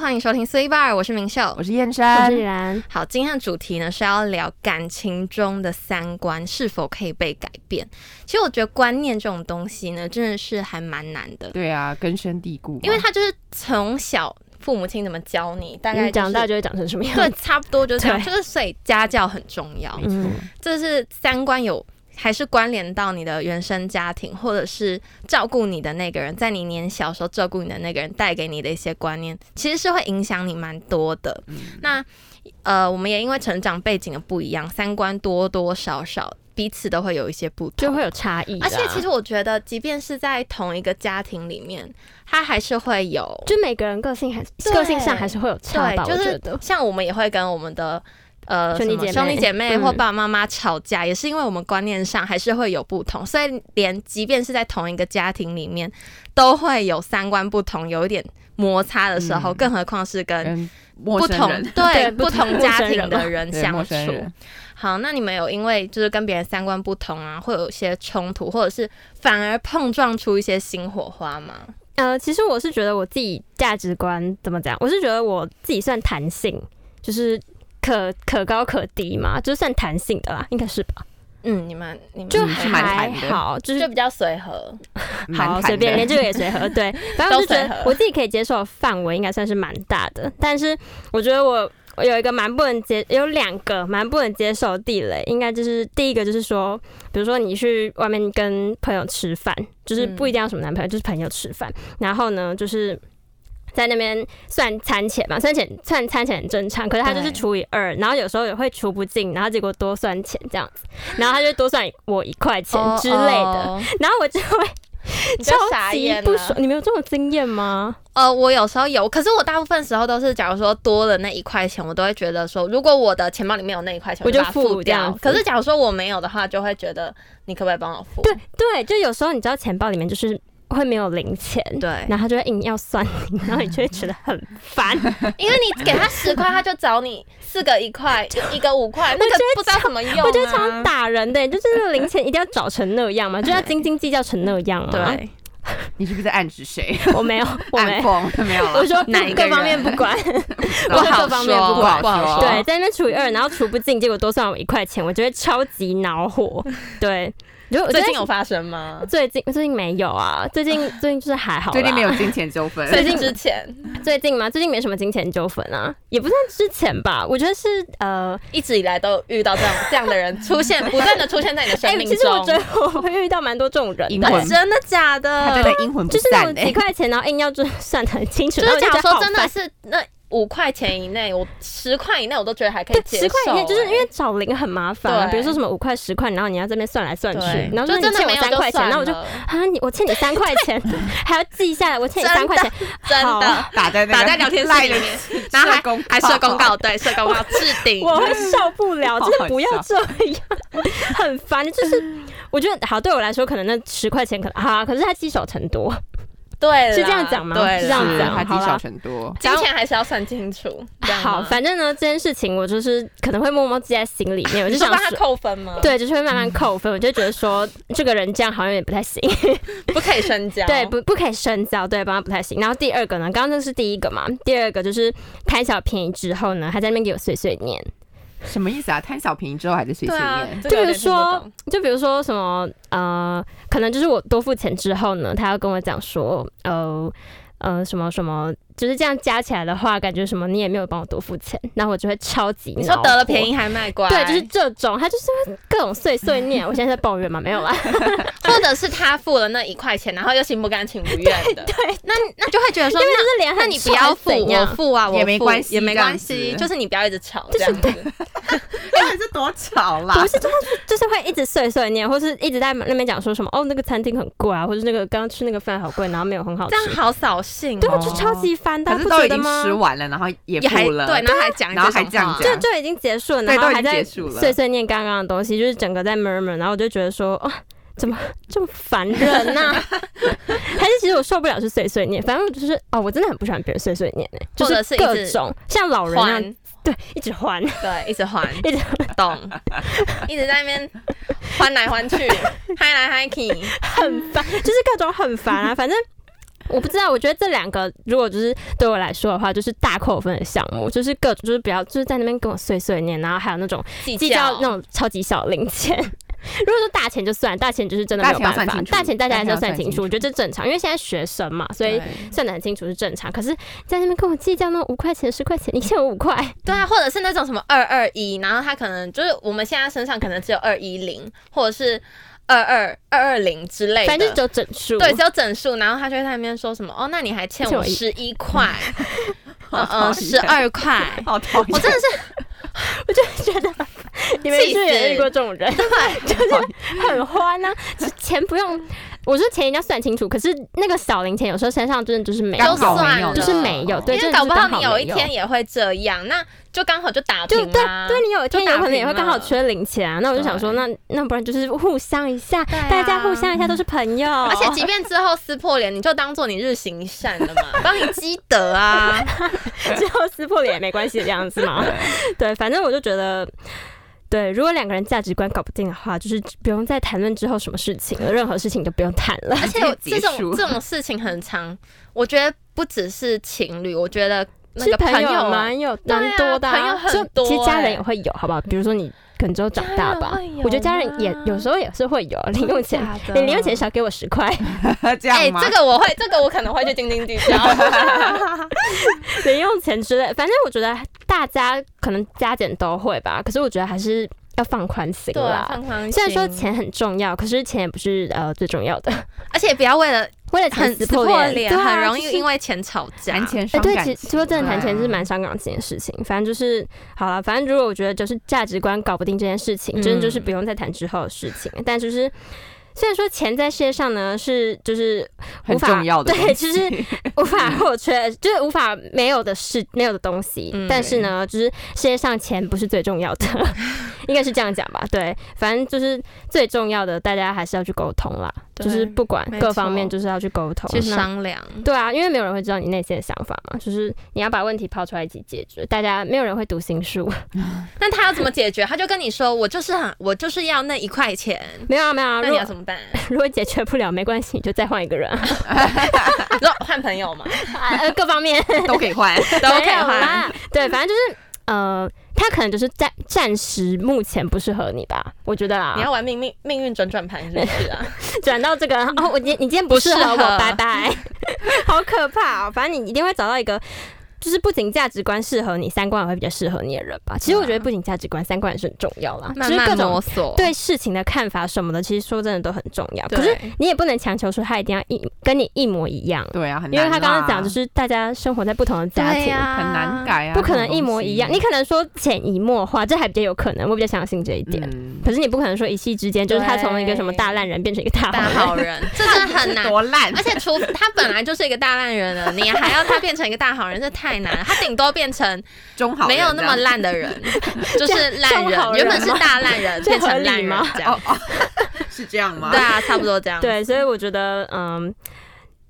欢迎收听四一八二，我是明秀我。是燕我嗯山是。然，好，今天的主题呢是要聊感情中的三观是否可以被改变。其实我觉得观念这种东西呢，真的是还蛮难的，对啊，根深蒂固嘛。因为它就是从小父母亲怎么教你，大概你长大就就会长成什么是样对子？，差不多就是这样， 对就是所以家教很重要。没错，这是三观有还是关联到你的原生家庭，或者是照顾你的那个人，在你年小时候照顾你的那个人带给你的一些观念，其实是会影响你蛮多的。那呃，我们也因为成长背景的不一样，三观多多少少彼此都会有一些不就同。啊会有差异啦。而且其实我觉得，即便是在同一个家庭里面，他还是会有就每个人个性还是对个性上还是会有差吧，对，就我觉是得。像我们也会跟我们的呃兄弟什么姐妹兄弟姐妹嗯或爸爸妈妈吵架，也是因为我们观念上还是会有不同，所以连即便是在同一个家庭里面，都会有三观不同，有一点摩擦的时候，嗯更何况是跟跟不陌生同人对对不不同同家陌生庭人的嘛人对相陌生处人。好，那你们有因为就是跟别人三观不同啊，会有一些冲突，或者是反而碰撞出一些新火花吗？呃，其实我是觉得我自己价值观怎么讲，我是觉得我自己算弹性，就是可可高可低嘛，就是算弹性的啦，应该是吧？嗯，你们你们就嗯是蛮还弹的好，就是就比较随和，蛮好，坦随便，的连这个也随 和，对，反正我就觉都随和得我自己可以接受的范围应该算是蛮大的，但是我觉得我我有一个蛮不能接，有两个蛮不能接受的地雷，应该就是第一个就是说，比如说你去外面跟朋友吃饭，就是嗯不一定要什么男朋友，就是朋友吃饭，然后呢就是。在那边算餐钱嘛，算钱算餐钱很正常，可是他就是对除以二，然后有时候也会除不尽，然后结果多算钱这样子，然后他就多算我一块钱哦之类的，哦然后我就会你就超傻级眼不了爽。你没有这种经验吗？呃，我有时候有，可是我大部分时候都是，假如说多了那一块钱，我都会觉得说，如果我的钱包里面有那一块钱，我就把它付付这掉样。子可是假如说我没有的话，就会觉得你可不可以帮我付？对，就有时候你知道钱包里面就是会没有零钱，对，然后他就会硬要算你，然后你就会觉得很烦。因为你给他十块，他就找你四个一块，一个五块，那我觉个得不知道怎么用、啊。我觉 得常打人的，就是那个零钱一定要找成那样嘛，就要斤斤计较成那样嘛。，啊对，你是不是在暗指谁？我没有， 我没暗有。讽没有 我了。说哪一个各方面人不管，知我道说各方面不不管。好说。对，，在那边除以二，然后除不尽，结果多算我一块钱，我就会超级恼火。对，就我觉最得近有发生吗？最近最近没有啊，最近最近就是还好啦，最近没有金钱纠纷。最近之前最近吗？最近没什么金钱纠纷啊，也不算之前吧。我觉得是呃，一直以来都遇到这样这样的人出现，不断的出现在你的生哎、命其实我中。觉得我会遇到蛮多这种 人英的、文真的假的？他真的阴魂不就是那散哎欸种呢几。块钱，然后硬要就算的很清楚，就是假如说真的是是那五块钱以内，我十块以内我都觉得还可以接受、十块以内，就是因哎为找零很麻烦、啊，对比如说什么五块、十块，然后你要这边算来算去对，，然后就说你真的欠没我有三就块钱，算那我就了啊你我欠你三块 钱，还要记下来，我欠你三块钱，真的好打在 那个打在聊天室赖里的面，然后还社公还告社公告，对社公告置顶。我会受不 了，好真的不要好这样，很烦。就是我觉得好，对我来说，可能那十块钱可能好啊，可是它积少成多，对啦，是这样讲吗对啦，是这样是讲他积好啦少成多。金钱还是要算清楚。这样吗好，反正呢，这件事情我就是可能会默默记在心里面，我 你就是想帮他说。扣嗯分吗？，对，就是会慢慢扣分，我就觉得说这个人这样好像有点不太行，不可以 深交。对，不不可以深交，对，帮他不太行。然后第二个呢，刚刚那是第一个嘛，第二个就是贪小便宜之后呢，还在那边给我碎碎念，什么意思啊？贪小便宜之后还是碎碎对啊念，，这个有欸就点是听不说懂，就比如说什么呃，可能就是我多付钱之后呢，他要跟我讲说，呃呃什么什么，就是这样加起来的话，感觉什么你也没有帮我多付钱，那我就会超级你说恼得了火便。宜还卖乖，对，就是这种，他就是会各种碎碎念。我现在在抱怨嘛，没有啦。或者是他付了那一块钱，然后又心不甘情不愿 的，对，那那就会觉得说，因为那就是连那很你不要付，臭还是怎我样，付啊，我也没付关系也没这样关系，子就是你不要一直吵这样子。到底是多吵啦不是，就是就是会一直碎碎念，或是一直在那边讲说什么哦，那个餐厅很贵啊，或者那个刚刚吃那个饭好贵，然后没有很好吃这。样好扫兴、哦。对，我啊就超级烦的，可不是都觉已得经吗？吃完了，然后也也还付了，对，然后还讲，然后还这样讲就就已经结束了，对然后都已还经在结束了碎碎念刚刚的东西，就是整个在 murmur，然后我就觉得说，哦，怎么这么烦人呐、还是其实我受不了是碎碎念，反正我就是哦，我真的很不喜欢别人碎碎念、欸，就或者是一各直种像老人啊那还样，对，一直 还，对，一直还，一直懂，一直在那边还来还去，嗨来嗨去，很烦，就是各种很烦啊，反正。我不知道，我觉得这两个如果就是对我来说的话，就是大扣分的项目，就是各种就是不要就是在那边跟我碎碎念，然后还有那种计计较那种超级小零钱。 如果说大钱就算，大钱就是真的没有办大钱要法算，清楚大钱大家还是要大钱要算算清清楚楚，我觉得这正常，因为现在学生嘛，所以对算得很清楚是正常。可是在那边跟我计较那种五块钱、十块钱，你欠我五块，对啊，或者是那种什么二二一，然后他可能就是我们现在身上可能只有二一零，或者是二二二二零之类的，反正就只有整数。对，只有整数，然后他就会在那边说什么哦，那你还欠欠我我一十一块，呃嗯好嗯，十二块，好讨厌，我真的是 我就觉得你们是不是也遇过这种人，就是很花呢，钱不用。我说钱一定要算清楚，可是那个小零钱有时候身上真的就是没有，刚好刚好没没有有，就是没有对因为这搞不好真的你是刚好一没有天也会这样，那就刚好就打就平啦。对你有一天就打有可能也会平刚了好缺零钱啊，那我就想说，那那不然就是互相一下，对啊大家互相一下都是朋 友，而且即便之后撕破脸，你就当做你日行一善了嘛，帮你积德 啊。最后撕破脸也没关系，这样子嘛。对，反正我就觉得，对，如果两个人价值观搞不定的话，就是不用再谈论之后什么事情了，任何事情都不用谈了。而且就这结种束这种事情很长，我觉得不只是情侣，我觉得那是个朋友啊蛮有对啊蛮多的啊、朋友很就多其实家人欸也会有，好不好？比如说你可能之后长大吧家人会有，我觉得家人也吗有时候也是会有零用钱，真的假你的零用钱少给我十 块， 这样吗？哎这个我会，这个我可能会去斤斤 计较。啊零用钱之类，反正我觉得大家可能加减都会吧。可是我觉得还是要放宽心对啊，啦。放宽心。虽然说，钱很重要，可是钱也不是呃最重要的。而且不要为了为了钱很撕撕破脸，脸，对啊很容就易是因为钱吵架谈。钱哎、伤对，感其情，实说真的，谈啊钱是对啊蛮伤感情的事情。反正就是好了，反正如果我觉得就是价值观搞不定这件事情，真的就是嗯不用再谈之后的事情。但就是虽然说钱在世界上呢是就是无很法重要的东对，西，嗯就是无法或缺，就是无法没有的事，没有的东西。嗯但是呢，就是世界上钱不是最重要的， 应该是这样讲吧？对，反正就是最重要的，大家还是要去沟通啦。对就是不管没各方面，错就是要去沟通，去那商量，对啊，因为没有人会知道你内心的想法嘛，就是你要把问题抛出来一起解决，大家没有人会读心术。 那他要怎么解决？他就跟你说，我就是很，我就是要那一块钱，没有啊，没有啊，那如你果要怎么 办？如果解决不了，没关系，你就再换一个 人啊，然后换朋友 嘛，呃，各方面 都可以换。都可以没有换。啦。对，反正就是呃，他可能就是暂暂时目前不适合你吧，我觉得你啦要。玩命命命运转转盘是 不是啊？转到这个 哦，我今你今天不不适适合我，合拜拜。 好可怕哦！反正你一定会找到一个。就是不仅价值观适合你，三观也会比较适合你的人吧。其实我觉得不仅价值观、三观也是很重要啦，慢就是各慢种摸索。对事情的看法什么的，其实说真的都很重要。对可是你也不能强求说他一定要一跟你一模一样，对啊，很因为他刚刚讲就是是大家生活在不同的家对庭，呀，嗯很难。改啊，不可这能种一模东西一样。你可能说潜移默化，这还比较有可能，我比较相信这一点。嗯可是你不可能说一夕之间，就是他从一个什么对大烂人变成一个大大好好人。人，这真的很 难。多烂而，且除他本来就是一个大烂人了，你还要他变成一个大好人，这太难了。他顶多变成中好没有人那这么样烂的 人，就是烂这样好人，人原吗本是大烂人 这变合成理烂人吗哦这样哦。哦，是这样吗？对啊，差不多这样。对，所以我觉得，嗯，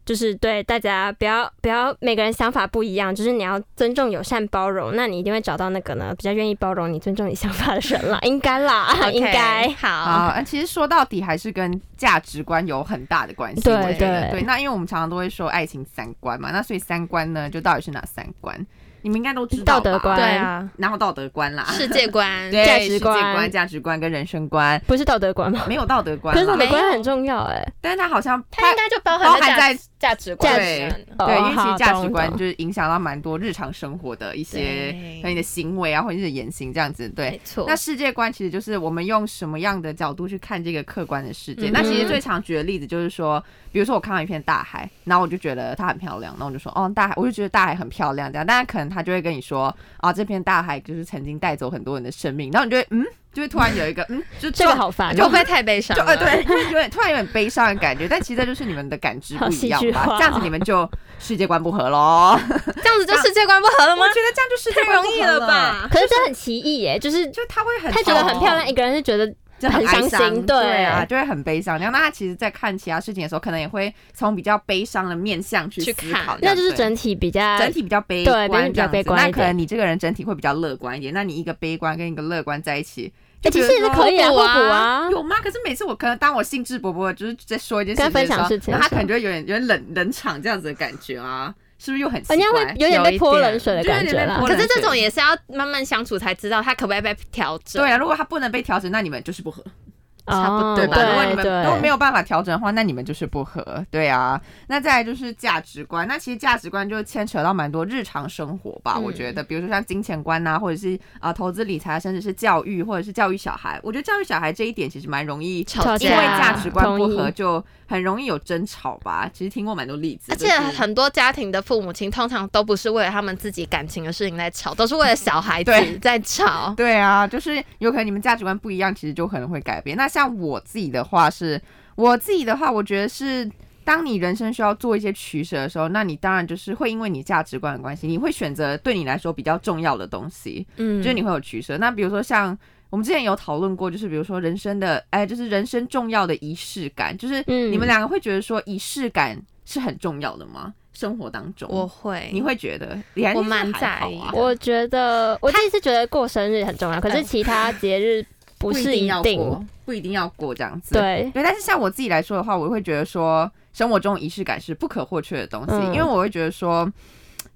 就是对大家不要不要每个人想法不一样，就是你要尊重、友善、包容，那你一定会找到那个呢比较愿意包容你、尊重你想法的人啦，应该啦 OK，应该。好，啊，呃其实说到底还是跟价值观有很大的关系。对我觉得对对。那因为我们常常都会说爱情三观嘛，那所以三观呢，就到底是哪三观？你们应该都知道吧道德观对啊，然后道德观啦，世界观对价值世界观观、价值观跟人生观，不是道德观吗？没有道德观啊可是道啦没德有观很重要哎、但是他好像它应该就包包含在含在价价值观价里值面了。哦对，因为其好实价值懂观懂就是影响到蛮多日常生活的一些对和你的行为啊，或者你的言行这样子。对没，错那，世界观其实就是我们用什么样的角度去看这个客观的世界。嗯那其实最常举的例子就是说，比如说我看到一片大海，然后我就觉得它很漂亮，那我就说，哦，大海，我就觉得大海很漂亮这样。但可能他就会跟你说，啊，这片大海就是曾经带走很多人的生命，然后你就会，嗯，就会突然有一个，嗯，就这个。好烦、会哦不会太悲伤就了？呃，对，就有点突然有点悲伤的感觉，但其实这就是你们的感知不一样好戏剧化吧？这样子你们就世界观不合喽。这样子就世界观不合 了吗我？觉得这样就世界太观不容 合易了？吧？可是这很奇异耶、就是就他会很他觉得很漂哦亮，一个人是觉得就很很伤哀心伤对对啊，就会很悲伤。然后那他其实，在看其他事情的时候，可能也会从比较悲伤的面向去去思考看，这那样就是对整体比较哦整体比较悲对整体观，比较悲观一那点可能你这个人整体会比较乐观一点。那你一个悲观跟一个乐观在一起，就其比如实也是说可以啊，互互补啊补啊，有吗？可是每次我可能当我兴致勃勃，就是在说一件事情跟他的分时享候，事情的然后他时可能就会有点有点冷冷场这样子的感觉啊，是不是又很奇人家哦会怪？有点被泼冷水的有一点感觉啦就有点被泼。可冷是这水种也是要慢慢相处才知道他可不可以被调整。对啊，如果他不能被调整，那你们就是不合，差不多哦对对吧？如果你们都没有，有办法调整的话，那你们就是不合，对啊。那再来就是价值观，那其实价值观就牵扯到蛮多日常生活吧，嗯我觉得，比如说像金钱观呐、或者是啊、呃投资理财，甚至是教育，或者是教育小孩。我觉得教育小孩这一点其实蛮容易吵吵啊因为架，价值观不同合，意就很容易有争吵吧。其实听过蛮多例子，而且就是很多家庭的父母亲通常都不是为了他们自己感情的事情在吵，都是为了小孩子对 在吵。对啊，就是有可能你们价值观不一样，其实就可能会改变。那像我自己的话是，我自己的话，我觉得是。当你人生需要做一些取舍的时候，那你当然就是会因为你价值观的关系，你会选择对你来说比较重要的东西。嗯就是你会有取舍。那比如说像我们之前有讨论过，就是比如说人生的，哎，就是人生重要的仪式感，就是嗯你们两个会觉得说仪式感是很重要的吗？生活当中，我会，你会觉得，你还是我蛮还好在啊意的我觉得我自己是觉得过生日很重要，可是其他节日不不是一定要定，过，不一定要过这样子。对，对，但是像我自己来说的话，我会觉得说，生活中的仪式感是不可或缺的东西，嗯因为我会觉得说，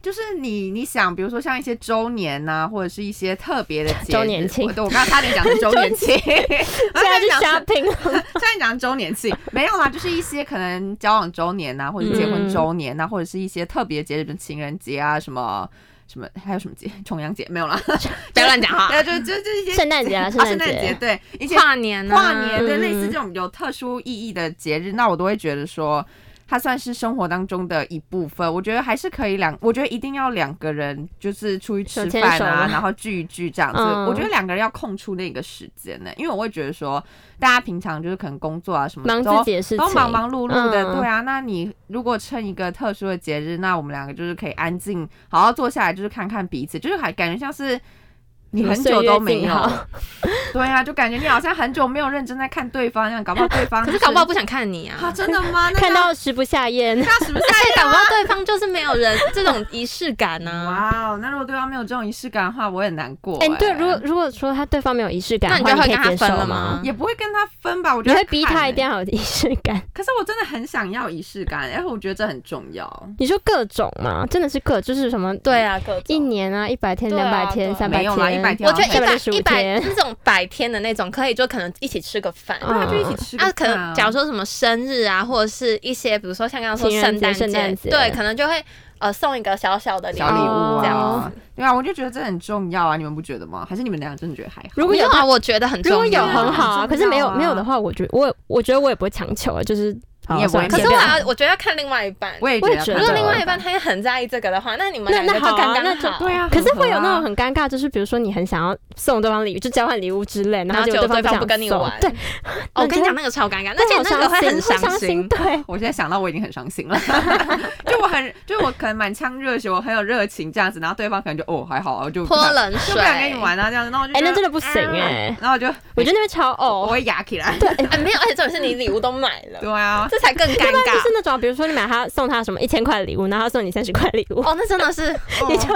就是你你想，比如说像一些周年呐、或者是一些特别的节日周年庆我对我刚刚差点讲成周年 庆，我现在差去点讲 shopping，虽然讲周年庆没有啦，就是一些可能交往周年呐、或者是结嗯婚周年啊呐、或者是一些特别节日，比如情人节啊，什么什么，还有什么节，重阳节没有啦， 不要乱讲话。对，就就就是一些圣诞节啊，啊圣圣诞诞节，节，对一些跨年、啊，跨年，对，嗯类似这种有特殊意义的节日，那我都会觉得说，它算是生活当中的一部分。我觉得还是可以两，我觉得一定要两个人就是出去吃手牵饭手啊啊，然后聚一聚这样子。嗯我觉得两个人要空出那个时间呢，因为我会觉得说，大家平常就是可能工作啊什么忙都自己的事情，都忙忙碌碌的，嗯对啊。那你如果趁一个特殊的节日，那我们两个就是可以安静，好好坐下来，就是看看彼此，就是还感觉像是你很久都没 岁月静有好，对啊，就感觉你好像很久没有认真在看对 方一样，搞不好对方、可就是搞不好不想看你啊。啊，真的吗？那看到食不下咽，那是不是而且搞不好 对啊方就是没有人这种仪式感啊呢、哇哦，那如果对方没有这种仪式感的话，我很难过、哎，哎对，如果如果说他对方没有仪式感，那你就的话会你跟可他以接分受了吗吗？也不会跟他分吧？我觉你得会逼看欸他哎一定要有仪式感？ 可是我真的很想要仪式感，哎，我觉得这很重要。你说各种嘛，真的是各，就是什么对啊，各一年啊，一百天、对啊两百天、对啊三没百有啦，天，一百天我好觉像得一很百一百165天那种百天的那种，可以就可能一起吃个饭。嗯对啊，就一起吃个啊，饭。可能假如说什么生日啊，或者是一些比如说像刚刚说情人圣节诞圣诞节对，可能就会呃送一个小小的小礼物物哦啊，这样子。对啊，我就觉得这很重重要啊，你们不觉得吗？还是你们俩真的觉得还好？如果有没啊，我觉得很重如要。果有很好很重啊，要啊可是没有没有的话，我觉我我觉得我也不会强求啊，就是好你也不会算了可是先我不要还要，我觉得要看另外一半。我也觉我得也要觉看如得这果个另外一半他也很在意这个的话，那你们那两个那好就啊刚那刚就好。对啊，可是很合啊会有那种很尴尬，就是比如说你很想要送对方礼物，就交换礼物之类，然后结果结果对方方想不跟你送玩对，哦我那跟就你会讲那个超尴尬，那件那个会很伤伤心，心。对，我现在想到我已经很伤心了， 就我很就我可能满腔热血，我很有热情这样子，然后对方可能就哦还好啊，我就不泼想冷就水，不想跟你玩啊这样子，那我就觉哎，那得真的不行啊嗯哎，然后我就我觉得那边超哦我呕，会压起来，哎，没有，而且重点是你礼物都买了，对啊，这才更尴但就是尬。那种比如说你买他送他什么一千块的礼物，然后他送你三十块礼物，哦，那真的 是，你就会，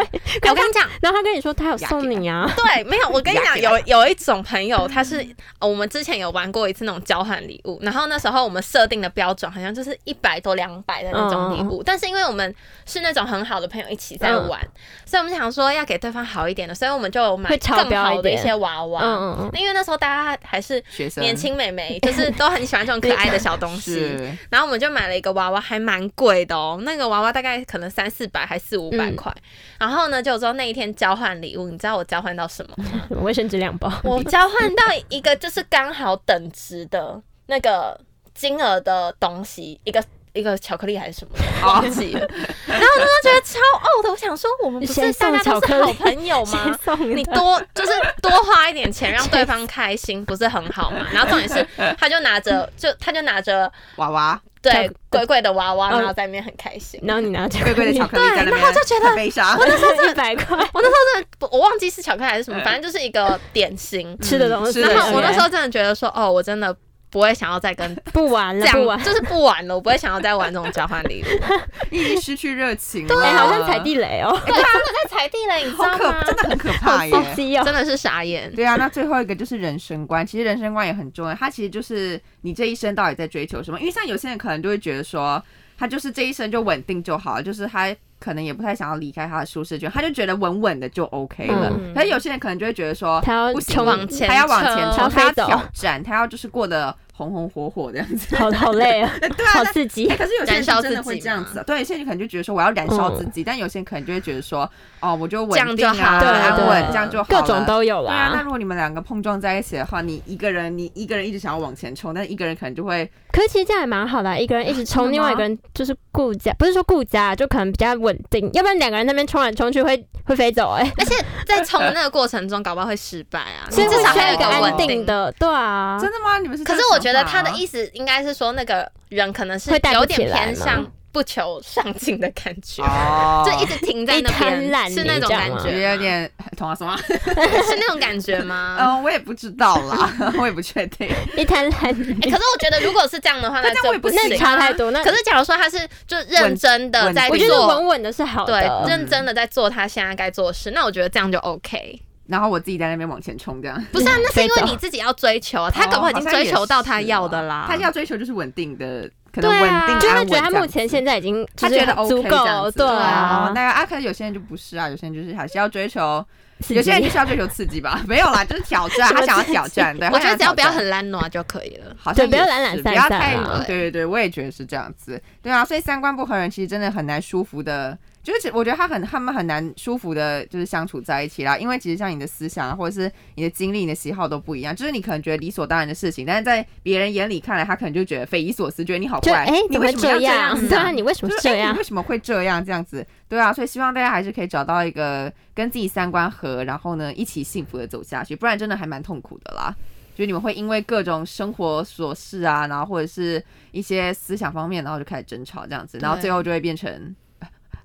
我跟你讲，然后他跟你说他有送你啊，对，没有，我跟你压讲， 起来有有一种朋友，他是、嗯呃我们之前有玩过一次那种交换礼物，然后那时候我们设定的标准好像就是一百多两百的那种礼物，嗯但是因为我们是那种很好的朋友一起在玩，所以我们想说要给对方好一点的，所以我们就有买会超更标一好的一点些娃嗯娃。嗯嗯。那因为那时候大家还是学生年轻美眉，就是都很喜欢这种可爱的小东 西。是然后我们就买了一个娃娃，还蛮贵的哦。那个娃娃大概可能三四百，还四五百嗯块。然后呢，就之后那一天交换礼物，你知道我交换到 什么吗？什么卫生纸两包，我交换到一个就是刚好等值的那个金额的东西，一个一个巧克力还是 什么的，哦 忘记了。然后我就觉得超呕的，我想说我们不谁是送大家都巧克是力好朋 友谁吗？送的你多就是多花一点钱 让对方开心，不是很好吗？然后重点是，他就拿着就他就拿着娃娃对巧克贵贵的娃娃，嗯然后在那边很开心。然后你拿巧克贵贵的巧克力在那边，对然后就觉得很悲伤，力一百块我那时候真的我忘记是巧克力还是什么，反正就是一个点心。吃的东嗯 是西，然的后我是的那时候真的觉得说，哦，我真的不会想要再 跟不玩这了，样不玩。就是不玩了，我不会想要再玩这种交换 礼物。哎你已经失去热情了，哎、好像踩地雷哦、对，真的在踩地雷，你知好道可吗，？真的很可好怕耶。刺激哦、真的是傻眼。对啊，那最后一个就是人生观，其实人生观也很重要，它其实就是你这一生到底在追求什么。因为像有些人可能就会觉得说，他就是这一生就稳定就好了，就是他可能也不太想要离开他的舒适圈，他就觉得稳稳的就 OK 了。嗯可是有些人可能就会觉得说，他要不行冲往前他要往前冲冲，他他要飞走挑战，他要就是过得红红火火这样子。好好累啊， 对啊好，刺激哎，。可是有些人燃烧是真的自会己这样嘛子啊，对，有些人可能就觉得说我要燃烧自己，但有些人可能就会觉得说，哦，我就这稳样定就好啊，了安稳，对这样就好各了种都有对啊，那啦。如果你们两个碰撞在一起的话，你一个人你一个人一直想要往前冲，但一个人可能就会可是其实这样也蛮好的啊，一个人一直冲，真的吗另外一个人就是顾家，不是说顾家，就可能比较稳定，要不然两个人那边冲来冲去会会飞走哎、而且在冲的那个过程中，搞不好会失败啊。所以你至至少少还要有有一一个稳安定。的，对啊，真的吗？你们是可这样是想法吗？我觉得他的意思应该是说，那个人可能是会带不有点起来偏吗向不求上进的感觉，哦，就一直停在那一滩边，烂是泥那种这感样吗我觉得觉有吗，点同啊什么？ 是那种感觉吗？嗯，我也不知道啦， 我也不确定。 一滩烂欸泥，可是我觉得，如果是这样的话，那可这样这我也不行啊那。差太多。那可是，假如说他是就认真的稳在我觉得做，稳稳的是好对，的，认真的在做他现在该做的事，那我觉得这样就 OK。然后我自己在那边往前冲，这样不是啊，那是因飞为走你自己要追求啊，他搞不好已经哦像追也求到他是要的啊啦。他要追求就是稳定的，可对能啊稳定就安他稳觉得他这样目前子现在已经他就是觉得很 OK 足这样够，子对啊哦那个啊，可能有些人就不是啊，有些人就是还是要追求，刺有些人就激是要追求刺激吧， 没有啦，就是挑战，他想要挑战，对，我他觉得想只要挑不要战很懒惰就可以了。好像对也不要懒懒是散不要散啊太啦对对对，我也觉得是这样子，对啊，所以三观不合的人其实真的很难舒服的，就是其实我觉得他很他们很难舒服的，就是相处在一起啦，因为其实像你的思想啊，或者是你的经历、你的喜好都不一样，就是你可能觉得理所当然的事情，但是在别人眼里看来，他可能就觉得匪夷所思，觉得你好就怪哎，你怎为么什么要这这样样？子对啊啊，？你为什么就是这哎样你为？什么会这样？这样子，对啊，所以希望大家还是可以找到一个跟自己三观合，然后呢，一起幸福的走下去，不然真的还蛮痛苦的啦。就你们会因为各种生活琐事啊，然后或者是一些思想方面，然后就开始争吵这样子，然后对最后就会变成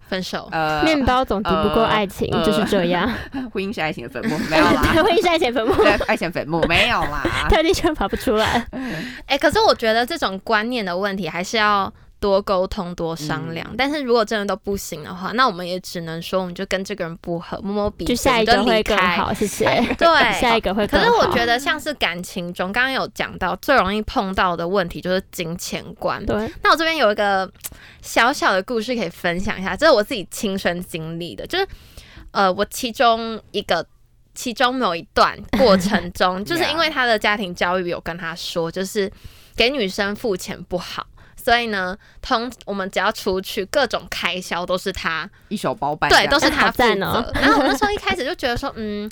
分手，呃，面包总敌不过爱情，呃就是这样。 婚姻是爱情的坟墓，没有 啦，会一下前坟墓，对，啊爱情坟墓没有啦。 特地圈爬不出来。哎、可是我觉得这种观念的问题还是要多沟通、多商量。但是如果真的都不行的话，那我们也只能说，我们就跟这个人不合，摸摸鼻子，就下一我个们就会离更开。好，谢谢。 哎对，下一个会可更是好。我觉得，像是感情中，刚刚有讲到最容易碰到的问题就是金钱观。哎对，那我这边有一个小小的故事可以分享一下，这是我自己亲身经历的，就是呃，我其中一个。其中某一段过程 中，就是因为他的家庭教育有跟他说，就是给女生付钱不好，所以呢，通我们只要出去，各种开销都是他一手包办这对，样，都是他好负责。赞哦然后我那时候一开始就觉得说，嗯，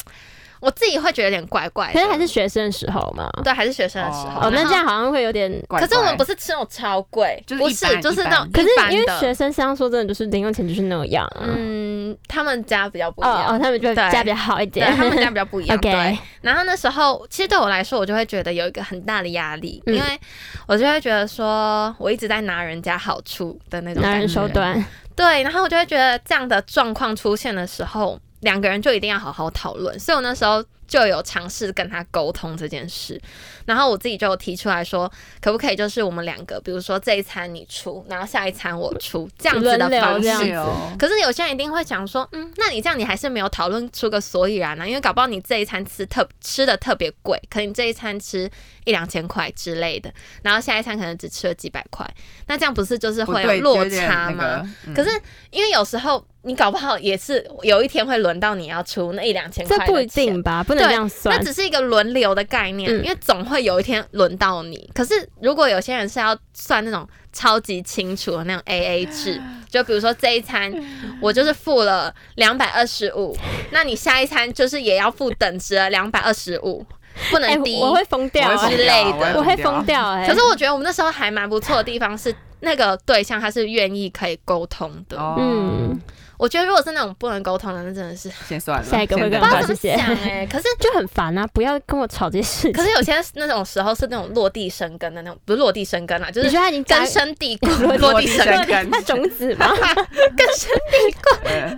我自己会觉得有点怪怪的， 可是还是学生的时候嘛。对，还是学生的时候。嗯哦，那然后这样。好像会有点。怪可是我们不怪是吃那种超贵，就是不一是般就是那种一可是一般因为的学生相说真的就是零用钱就是那样啊。嗯，他们家比较不一哦哦，样。他们就对家比较好一对，点。他 们家比较不一样。对 OK，，然后那时候其实对我来说，我就会觉得有一个很大的压力，因嗯为我就会觉得说，我一直在拿人家好处的那种拿感人觉。手短，对，然后我就会觉得这样的状况出现的时候，两个人就一定要好好讨论。所以我那时候就有尝试跟他沟通这件事，然后我自己就有提出来说，可不可以就是我们两个，比如说这一餐你出，然后下一餐我出，这样子的轮流方这式样。是哦，可是有些人一定会想说，嗯，那你这样你还是没有讨论出个所以然啊，因为搞不好你这一餐吃特吃的特别贵，可能你这一餐吃一两千块之类的，然后下一餐可能只吃了几百块，那这样不是就是不会对有落有点差那吗？个嗯可是因为有时候你搞不好也是有一天会轮到你要出那一两千块这的钱，不一定吧？不能这样那算。只是一个轮流的概念，嗯因为总会有一天轮到你。可是如果有些人是要算那种超级清楚的那种 A A 制，就比如说这一 餐我就是付了两百二十五，那你下一餐就是也要付等值的两百二十五，不哎，能低。我会疯掉我会哎疯之类掉的我会疯。掉哎。可是我觉得我们那时候还蛮不错的地方是，那个对象他是愿意可以沟通的。哦，嗯，我觉得如果是那种不能沟通的，那真的是不先算了，下一个会先更等知道好怎么谢谢想哎、可是。 就很烦啊！不要跟我吵这些事可情。是有些那种时候是那种落地生根的那种，不是落地生根啊啦，就你是说他已经扎根深蒂固落落地地生生根根， 他种子 吗？根深呃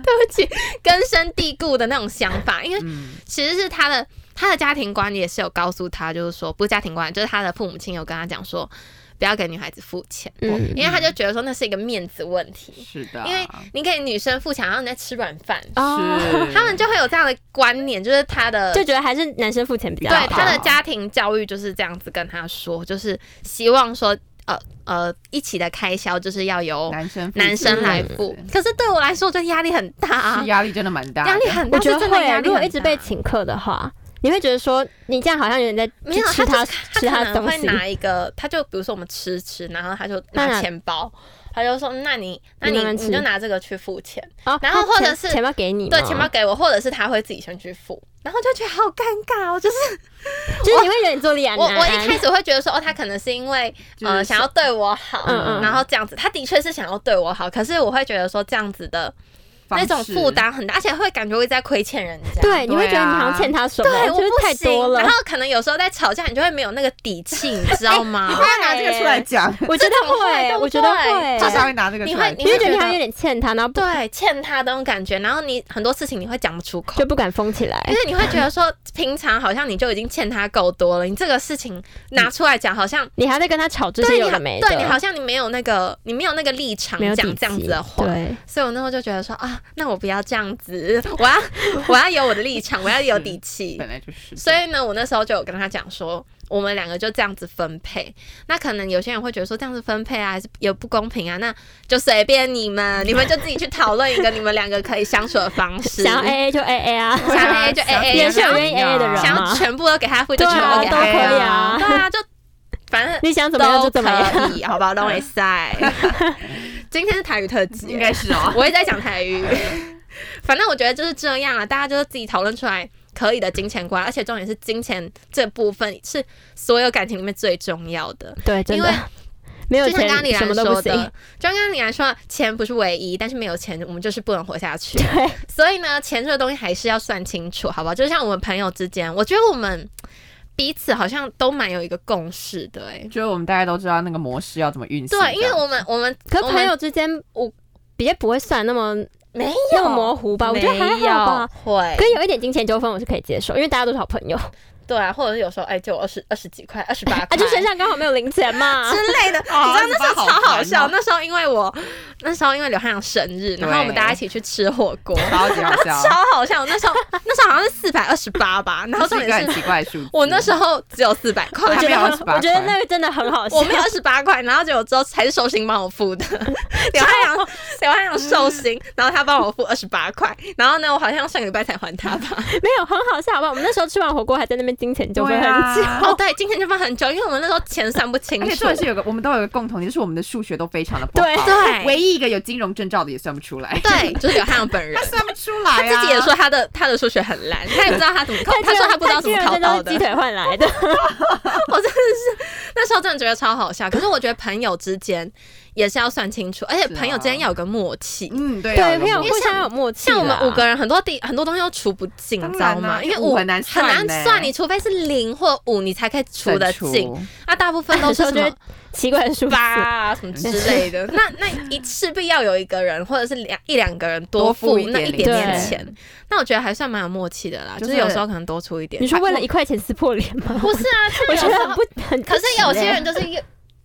对不起，根深蒂固的那种想法，因为嗯，其实是他的。他的家庭观也是有告诉他，就是说不是家庭观，就是他的父母亲有跟他讲说，不要给女孩子付钱，嗯，因为他就觉得说那是一个面子问题，是的，因为你给女生付钱，然后你在吃软饭，哦，是他们就会有这样的观念，就是他的就觉得还是男生付钱比较对好。他的家庭教育就是这样子跟他说，就是希望说呃呃一起的开销就是要由男生付男生出来对付，可是对我来说我觉得压力很大、啊是，压力真的蛮大的，压力很大，我觉是得真的压会，啊欸力如果很一直被大请客的话，你会觉得说你这样好像有点在没去有啊吃他他就吃他可他的能东会西，拿一个，他就比如说我们吃吃，然后他就拿那钱包，他就说那你那你你慢慢你吃就拿这个去付钱，哦然后他或者钱是钱包给你吗，对，钱包给我，或者是他会自己先去付，然后就觉得好尴尬哦，就是 就是你会有点坐立难我安。啊我一开始会觉得说哦，他可能是因为就是呃想要对我好，嗯嗯然后这样子，他的确是想要对我好，可是我会觉得说这样子的方那种式负担很大，而且会感觉我一直在亏欠人家，对，你会觉得你好对啊像欠他什么，对，我就是不太多行。了然。后可能有时候在吵架，你就会没有那个底气，你知道吗？你 不要拿这个出来讲，我觉得这种会对会，不我觉得对会，就他是才会拿这个你出会来你讲，你会觉觉得你得好像有点欠他，然后不对，欠他的那种感觉，然后你很多事情你会讲不出口就，不敢封起来因。为你会觉得说，平常好像你就已经欠他够多了，你这个事情拿出来讲，好像你还在跟他吵这对些你嗯有好，的没的，对你好像你没有那个，你没有那个立场没有底讲这样子气的话，对，所以我那时候就觉得说啊，那我不要这样子， 我要我要有我的立 场，我要有底气本。来就是，所以呢，我那时候就有跟他讲说，我们两个就这样子分配。那可能有些人会觉得说这样子分配啊，还是有不公平啊，那就随便你 们，你们就自己去讨论一个你们两个可以相处的方式。想要 A A 就 A A 啊，想要 AA 就 AA 也是有愿意 AA 的人想嘛要全部都给他付，就对全啊部给他付。都可以啊对啊，就反正你想怎么样都就怎么样。可以，好不好？都没塞。今天是台语特辑，应该是哦， 我也在讲台语。反正我觉得就是这样啊，大家就是自己讨论出来可以的金钱观，而且重点是金钱这部分是所有感情里面最重要的。对，真因为的没有就像钱刚刚李什兰么都说不的，行。就像刚刚李兰说，钱不是唯一，但是没有钱我们就是不能活下 去。对，所以呢，钱这个东西还是要算清楚，好不好？就像我们朋友之间，我觉得我们彼此好像都蛮有一个共识的、欸，觉得我们大家都知道那个模式要怎么运行，对，因这为样我们我们可我是们朋友之间我比较不会算那么没那么模糊吧，我觉得还没有好吧。会可，以有一点金钱纠纷，我是可以接受，因为大家都是好朋友对啊，或者是有时候哎，就二十二十几块，二十八块， 啊，就身上刚好没有零钱 嘛之。类的。你知道那时候超好笑，哦那时候因为我那时候因为刘汉阳生日，然后我们大家一起去吃火锅，超级好 笑，超好笑。我那时候 那时候好像是四百二十八吧，然后重这是一个点很是奇怪的数字，我那时候只有四百块我。觉得还没有28块我觉得那个真的很好笑。我没有二十八块，然后结果之后还是寿星帮我付的。刘汉阳，刘汉阳寿星，然后他帮我付二十八块，然后呢，我好像上个礼拜才还他吧。 没有很好笑，好不好？我们那时候吃完火锅还在那边金钱纠纷对很久。啊哦，对，今天就放很久，因为我们那时候钱算不清而且楚这也。是有个，我们都有个共同点，就是我们的数学都非常的不好。对对唯一一个有金融证照的也算不出来，对，就是刘汉阳本人他。算不出来、啊。自己也说他的他的数学很烂，他也不知道他怎么考，他说他不知道怎么考到都是的鸡。腿 换来的。我真的是那时候真的觉得超好笑。可是我觉得朋友之间也是要算清楚，而且是啊朋友之间要有个默契。嗯，对啊对，朋友因为互像相有默契啦。像我们五个人，很多地很多东西都除不尽，当你知然道啦啊吗？因因为为五五很难很难算呢算，欸你除非是零或五，你才可以除得尽。，啊，大部分都 是什有时候么就奇怪 的数字，八啊什么之类的。 那那一势必要有一个人或者是两一两个人多多付付一那点一零点点钱钱，那我觉得还算蛮有默契的啦。就就是是有时候可能多出一点你，说为了一块钱撕破脸吗？ 不是啊， 我就有觉得时 很候不很不可是有些行欸人就是一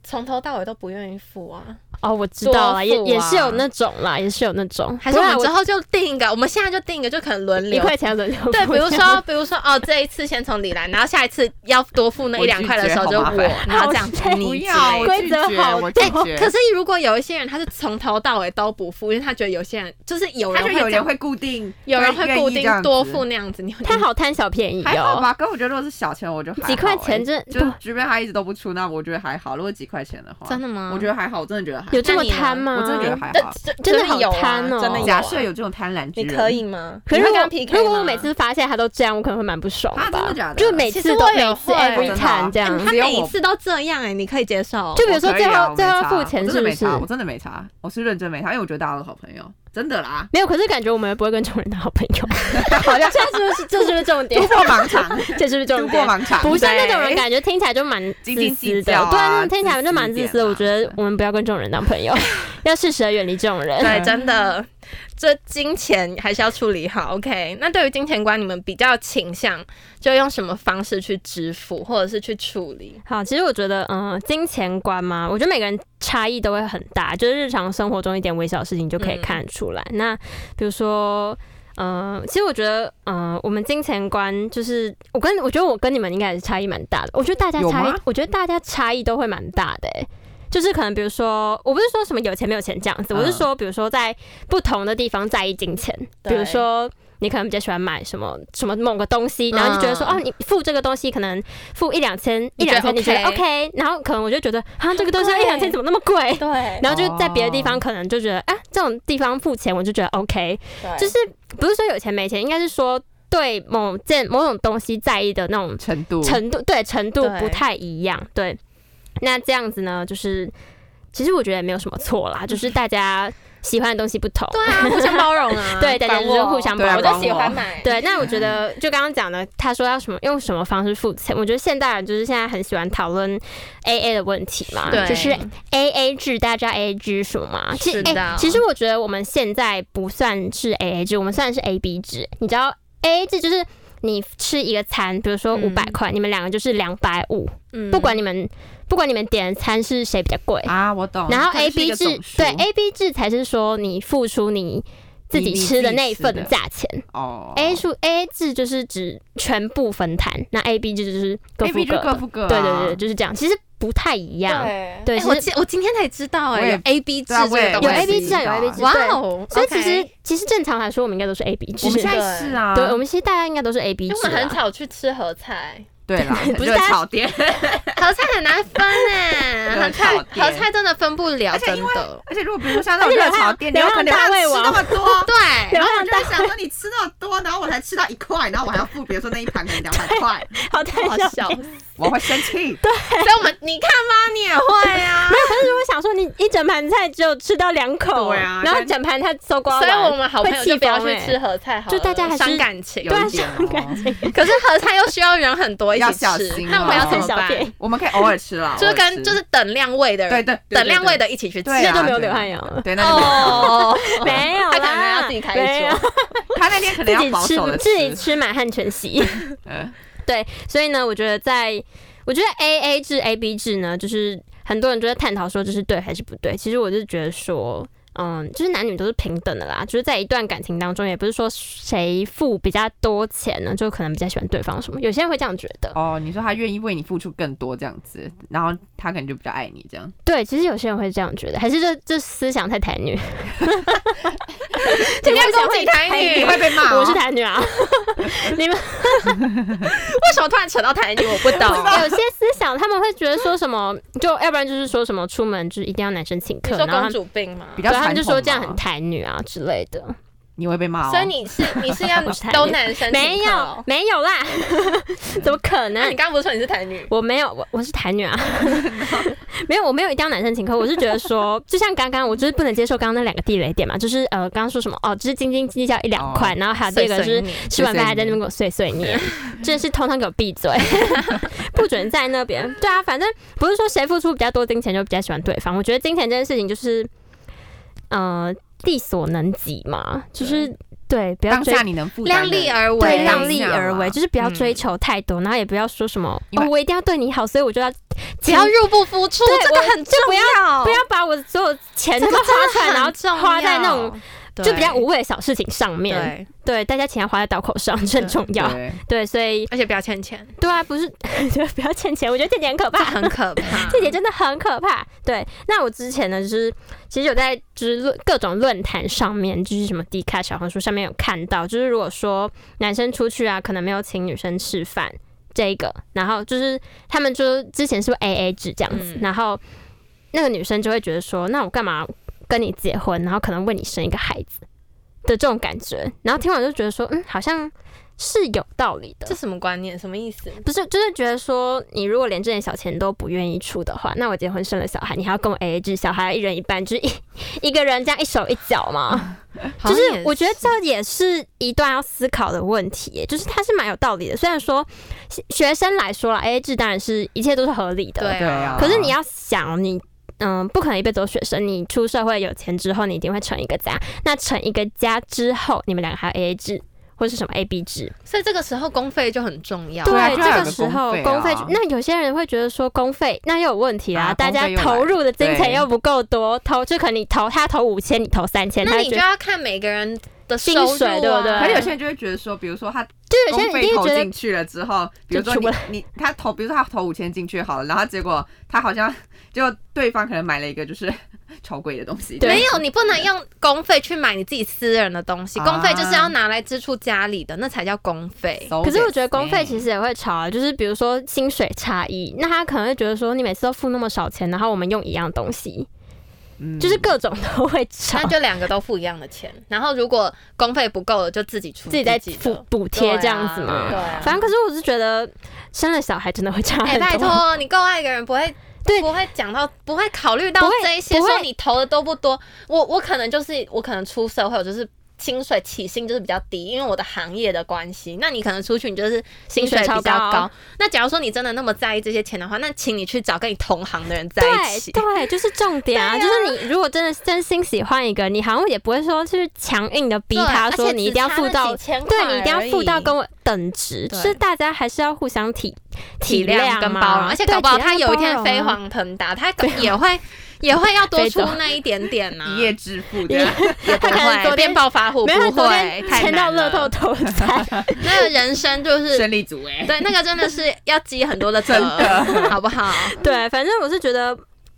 从头到尾都不愿意付啊。哦，我知道了，也多付啊也是有那种啦，也是有那种，还是我们不之然后就定一个，我们现在就定一个，就可能轮一流。块钱轮流付对，比如说，比如说，哦，这一次先从你来，然后下一次要多付那一两块的时候就 我我拒绝好麻，然后这样好累你不之要，类的。我拒规则绝，好我拒对，绝。可是如果有一些人他是从头到尾都不付，因为他觉得有些人就是有他人就会有这人样会固定，有人会愿意固这定样多子付，那样子，你会 他好贪小便宜还好哦，吧？可我觉得如果是小钱，我就还好几块钱欸哎真就即便他一直都不出，那我觉得还好。如果几块钱的话，真的吗？我觉得还好，我真的觉得还好有这么贪吗？我真的觉得还好。这真就的是好有啊贪哦真的有啊假设有这种贪婪之你人，可以吗？可是你如会跟他果 PK 如果我吗每次发现他都这样，我可能会蛮不爽啊真的吧假的？就每其次实都我也每次会真 every 的啊 time 这样他。只有我哎每次都这样哎、你可以接受？ 就比如说我可以最啊后我最没后差付钱我真是不的没是？。差，我真的没差，我是认真没差，因为我觉得大家都是好朋友，真的啦没有，可是感觉我们不会跟这种人当好朋友。 好像这是不是这是不是重点突？破盲肠，这是不是突重破点？盲肠， 不像那种人，对感觉听起来就蛮自斤斤计私较的啊，对啊，那种听起来就蛮自私自私一点啊的。我觉得我们不要跟这种人当朋友，要适时的远离这种人。对，真的。这金钱还是要处理好。OK，那对于金钱观，你们比较倾向就用什么方式去支付，或者是去处理？好，其实我觉得，嗯、金钱观嘛，我觉得每个人差异都会很大，就是日常生活中一点微小的事情就可以嗯看得出来。那比如说。呃，其实我觉得，呃，我们金钱观就是我跟我觉得我跟你们应该也是差异蛮大的。我觉得大家有差异吗，我觉得大家差异都会蛮大的、欸。就是可能比如说，我不是说什么有钱没有钱这样子，嗯我是说，比如说在不同的地方在意金钱，对比如说。你可能比较喜欢买什么什么某个东西，然后就觉得说、嗯哦，你付这个东西可能付一两千，一你觉得两千你觉得 OK OK，然后可能我就觉得啊，这个东西很要贵一两千怎么那么 贵？对然后就在别的地哦方可能就觉得啊，这种地方付钱我就觉得 OK，就就是是不是说有钱没钱，应该是说对某件某种东西在意的那种程度程嗯度，对程度对不太一样。对，那这样子呢，就是其实我觉得也没有什么错啦，就是大家喜欢的东西不同，对啊，互相包容啊， 对，大家就是互相对管我，我包容。帮就喜欢买，对，那我觉得就刚刚讲的，他说要什么用什么方式付钱，我觉得现代人就是现在很喜欢讨论 A A 的问题嘛，对，就是 A A 制，大家知道 A A 制是什么吗？其实是、的哎其实我觉得我们现在不算是 A A 制，我们算是 A B 制。你知道 A A 制就是你吃一个餐，比如说五嗯百块，你们两个就是两百五，嗯不管你们不管你们点的餐是谁比较贵，啊，我懂。哎然后它就 A 是一 B 个制总数对 A B 制才是说你付出你自你己你吃自的己那一吃份的价钱。哦 A 数 A 制就是指全部分摊，那 A B 制就是各 A 付 B 就各各的。付各啊，对对对，就是这样。其实不太一样，对对哎其实我今我今天才知道我哎，也有 A B 制对啊这我也个有东我也西，A 是 B 制啊，有知道 A 啊 B 制。哇对，哦，所以其 OK 实其实正常来说，我们应该都是 A B 制我。们是现在是啊，对，我们其实大家应该都是 A B 因为我制们很啊。少去吃合菜，对 啦，不是热大家炒店， 合菜很难分 哎，合菜热炒店合菜真的分不了，而且真因为的。而且如果比如说像那种而且热流炒浪 店，你流有浪可能大要胃吃那王么 多。对， 然后流浪你就会想说你吃那么多，然后我才吃到一块，然后我还要付，比如说那一盘可能两百 块，好太好笑笑。了。我会生气。所以我们你看吧，你也会啊。但是我想说，你一整盘菜只有吃到两口，对啊然后但整盘他搜 刮所完，以我们好朋友就不要去会气吃疯欸合菜好了，就大家还是伤感情有。对啊一点伤感哦， 可是合菜又需要人很多一要起小吃，心那我们哦要怎哦么欸小办？便我们可以偶尔吃啦，就是偶尔吃跟就是等量位的对人，对对等量位的，的一起去吃。对那啊就没有流汗痒了。对，那就 哦，没有他啦，可能要自己开一没有桌。他那天可能自己要保守的吃自己吃满汉全席。嗯对，所以呢，我觉得在我觉得 A A 制 A B 制呢，就是很多人就在探讨说这是对还是不对。其实我就觉得说，嗯，就是男女都是平等的啦，就是在一段感情当中，也不是说谁付比较多钱呢，就可能比较喜欢对方什么。有些人会这样觉得，哦，你说他愿意为你付出更多这样子，然后他可能就比较爱你这样。对，其实有些人会这样觉得，还是这这思想太台女，你不要攻击台女，你为会被骂哦，啊我是台女啊，你们。什么突然扯到台女？我不懂。有些思想他们会觉得说什么，就要不然就是说什么出门就是一定要男生请你客，说然后他公们主病吗比？较对他传们统就说这样很嘛台女啊之类的，你会被骂哦。所以你是你是要 我是台女都男生请客没有没有啦， 怎么可那能啊你？刚刚不是说你是台女？我没有，我我是台女啊， 没有，我没有一定要男生请客，我是觉得说，就像刚刚，我就是不能接受刚刚那两个地雷点嘛，就是呃，刚刚说什么哦，就是斤斤计较一两块，然后还有第二个就碎碎是念吃完碎碎饭还在那边给我碎碎念，真的是通通给我闭嘴， 不准在那边。对啊，反正不是说谁付出比较多金钱就比较喜欢对方，我觉得金钱这件事情就是，呃，力所能及嘛，就是对，不要当追下你能负担量的，力而为，对，为量一力下而嘛为，就是不要追嗯求太多，然后也不要说什么因为哦，我一定要对你好，所以我就要只要入不敷出，对这个很重要。不要把我所有钱都花出来，然后重花在那种对就比较无谓的小事情上面。对，对，大家钱要花在刀口上，这很对重要。对，啊对，所以而且不要欠钱，对啊，不是 对，不要欠钱，我觉得欠钱很可这怕。很可 怕。这点真的很可怕。对，那我之前呢，就是其实有在就是论各种论坛上面，就是什么迪卡、小红书上面有看到，就是如果说男生出去啊，可能没有请女生吃饭这一个，然后就是他们就之前是 A A 制这样子，嗯然后那个女生就会觉得说，那我干嘛跟你结婚，然后可能为你生一个孩子的这种感觉，然后听完就觉得说，嗯，好像是有道理的这。什么观念？什么意思？不是，就是觉得说，你如果连这点小钱都不愿意出的话，那我结婚生了小孩，你还要跟我 A A 制，小孩要一人一半，就是 一一个人这样一手一脚嘛。好就像是也我觉得这也是一段要思考的问题耶，就是它是蛮有道理的。虽然说学学生来说啦，A A 制当然是一切都是合理的，对对啊可是你要想你。嗯，不可能一辈子都学生。你出社会有钱之后，你一定会成一个家。那成一个家之后，你们两个还有 AA 制或是什么 AB 制？所以这个时候公费就很重要。对啊就要这有个个时候公公费费就啊，那有些人会觉得说公费那又有问题啦、啊大家公费又来投入的金钱对又不够多，投就可能你投他投五千，你投三千，那他你就就觉得要看每个人的收薪入、啊、水对不对可是有些人就会觉得说，比如说他就有些公人费一定投会觉得进去了之后，比如说就出不你你他投，比如说他投五千进去好了，然后结果他好像就对方可能买了一个就是 超贵的东西，对没有，你不能用公费去买你自己私人的东西，啊公费就是要拿来支出家里的，那才叫公费。 So 可是我觉得公费 disgusting 其实也会吵啊，就是比如说薪水差异，那他可能会觉得说你每次都付那么少钱，然后我们用一样东西，嗯就是各种都会吵那，就两个都付一样的钱，然后如果公费不够了，就自己出自己在己付付补贴这样子对嘛。啊对啊反正可是我是觉得生了小孩真的会差哎、很多。拜托，你够爱一个人，不会对不会讲到，不会考虑到不会这一些，不会说你投的都不多。我我可能就是我可能出社会，我就是薪水起薪就是比较低，因为我的行业的关系。那你可能出去你就是薪水比薪水较超高。高那假如说你真的那么在意这些钱的话，那请你去找跟你同行的人在一对起。对，就是重点啊！就是你如果真的真心喜欢一个，你好像也不会说去强硬的逼对他而且说你一定要只付差到那几千块对你一定要付到而已跟我等值，对就是大家还是要互相体体谅谅跟嘛包容，而且对搞不好体谅他跟有一包天容飞啊黄腾达，他也会也会要多飞出走那一点点啊 呢、一夜致富一的，也不他可能昨会变天暴发户，没有，他不昨天会太签到难乐了 透头 彩，那个人生就是胜利组哎，对，那个真的是要积很 多的德，好不好？对，反正我是觉得。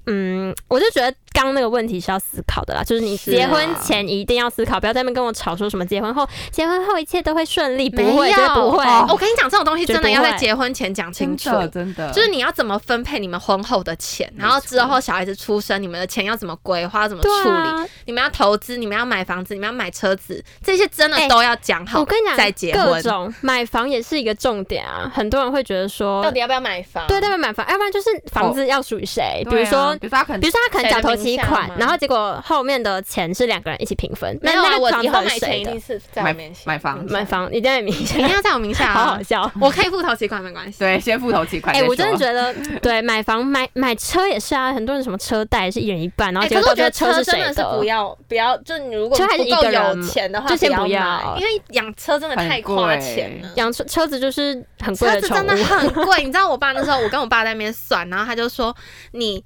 嗯，我就觉得刚刚那个问题是要思考的啦，就是你是结婚啊前一定要思考，不要在那边跟我吵说什么结婚后，结婚后一切都会顺利，不没会，绝对有哦不会。我跟你讲，这种东西真的要绝在不会结婚前讲清楚真。的真的就是你要怎么分配你们婚后的钱，然后之后小孩子出生，你们的钱要怎么规划、怎么处对理？啊，你们要投资，你们要买房子，你们要买车子，这些真的哎都要讲好。我跟你讲，再结各婚，种买房也是一个重点啊。很多人会觉得说，到底要不要买房？对，对，买房，要不然就是房哦子要属于谁，比对如啊说比如说他可能比如说他可能谁的缴头名期下款吗，然后结果后面的钱是两个人一起平分，没那有那啊，个我房以子后是买钱谁一的定是在我买名下，买房买房一定要名 下一，定要在我名下、好 啊好。笑。我可以付头期款，没关系。对，先付头期款哎、再说。我真的觉得， 对，买房买买车也是啊，很多人什么车贷也是一人一半，然后哎，结可果是到我最觉后得车车是真谁的是不要不要，就你如果就还是不够一个人有钱的话，就先不要啊买因为养车真的太花钱了。养车车子就是很贵车的子宠真物的，很贵，你知道我爸那时候，我跟我爸在那边算，然后他就说你。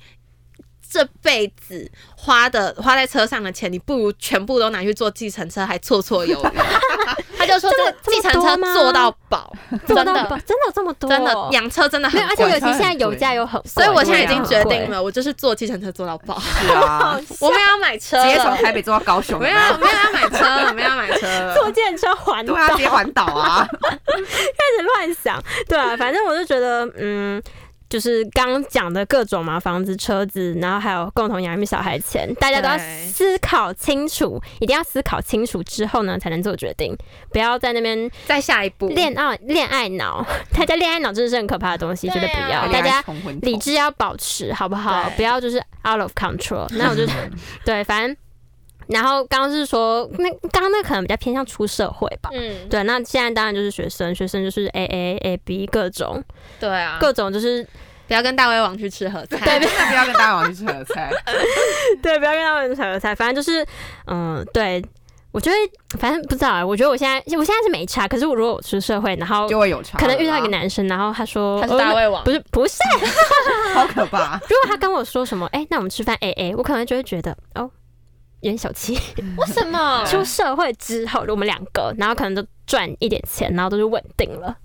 这辈子花的花在车上的钱，你不如全部都拿去坐计程车，还绰绰有余。 他就说这么这计程车这么多吗坐到饱，真真的的真的有这么多，真的养车真的没很有，而且贵尤其它很现在油贵价又很贵，所以我现在已经对啊决定，了，我就是坐计程车坐到爆。 是啊，我们要买车直接从了，台北坐到高雄，我啊们有没啊要有我们要买车了，我们要买车 了。坐电车环岛对啊，直接环岛 啊，开始乱想，对啊，反正我就觉得，嗯，就是刚讲的各种嘛，房子、车子，然后还有共同养育小孩钱，大家都要对思考清楚，一定要思考清楚之后呢，才能做决定，不要在那边再下一步，恋爱恋爱脑， 大家恋爱脑真的是很可怕的东西，对啊绝对不要，好大家。重婚理智要保持，好不好？对不要就是 out of control。那嗯 我就对，反正然后刚刚是说，那刚刚那可能比较偏向出社会吧。嗯，对，那现在当然就是学生，学生就是 A A A B 各种对啊，各种就是不要跟大胃王去吃合菜，对， 真的不要跟大家往去吃合 菜， 对，不要跟他们炒菜，反正就是嗯，对我觉得反正不知道、欸，我觉得我现在我现在是没差，可是我如果我出社会，然后就会有差，可能遇到一个，男生，然后他 说他是大哦胃王不，是不是， 好可怕，如果他跟我说什么，哎、那我们吃饭 A A，我可能就会觉得哦。有点小气。 为什么 出社会之后，我们两个，然后可能都赚一点钱，然后都是稳定了。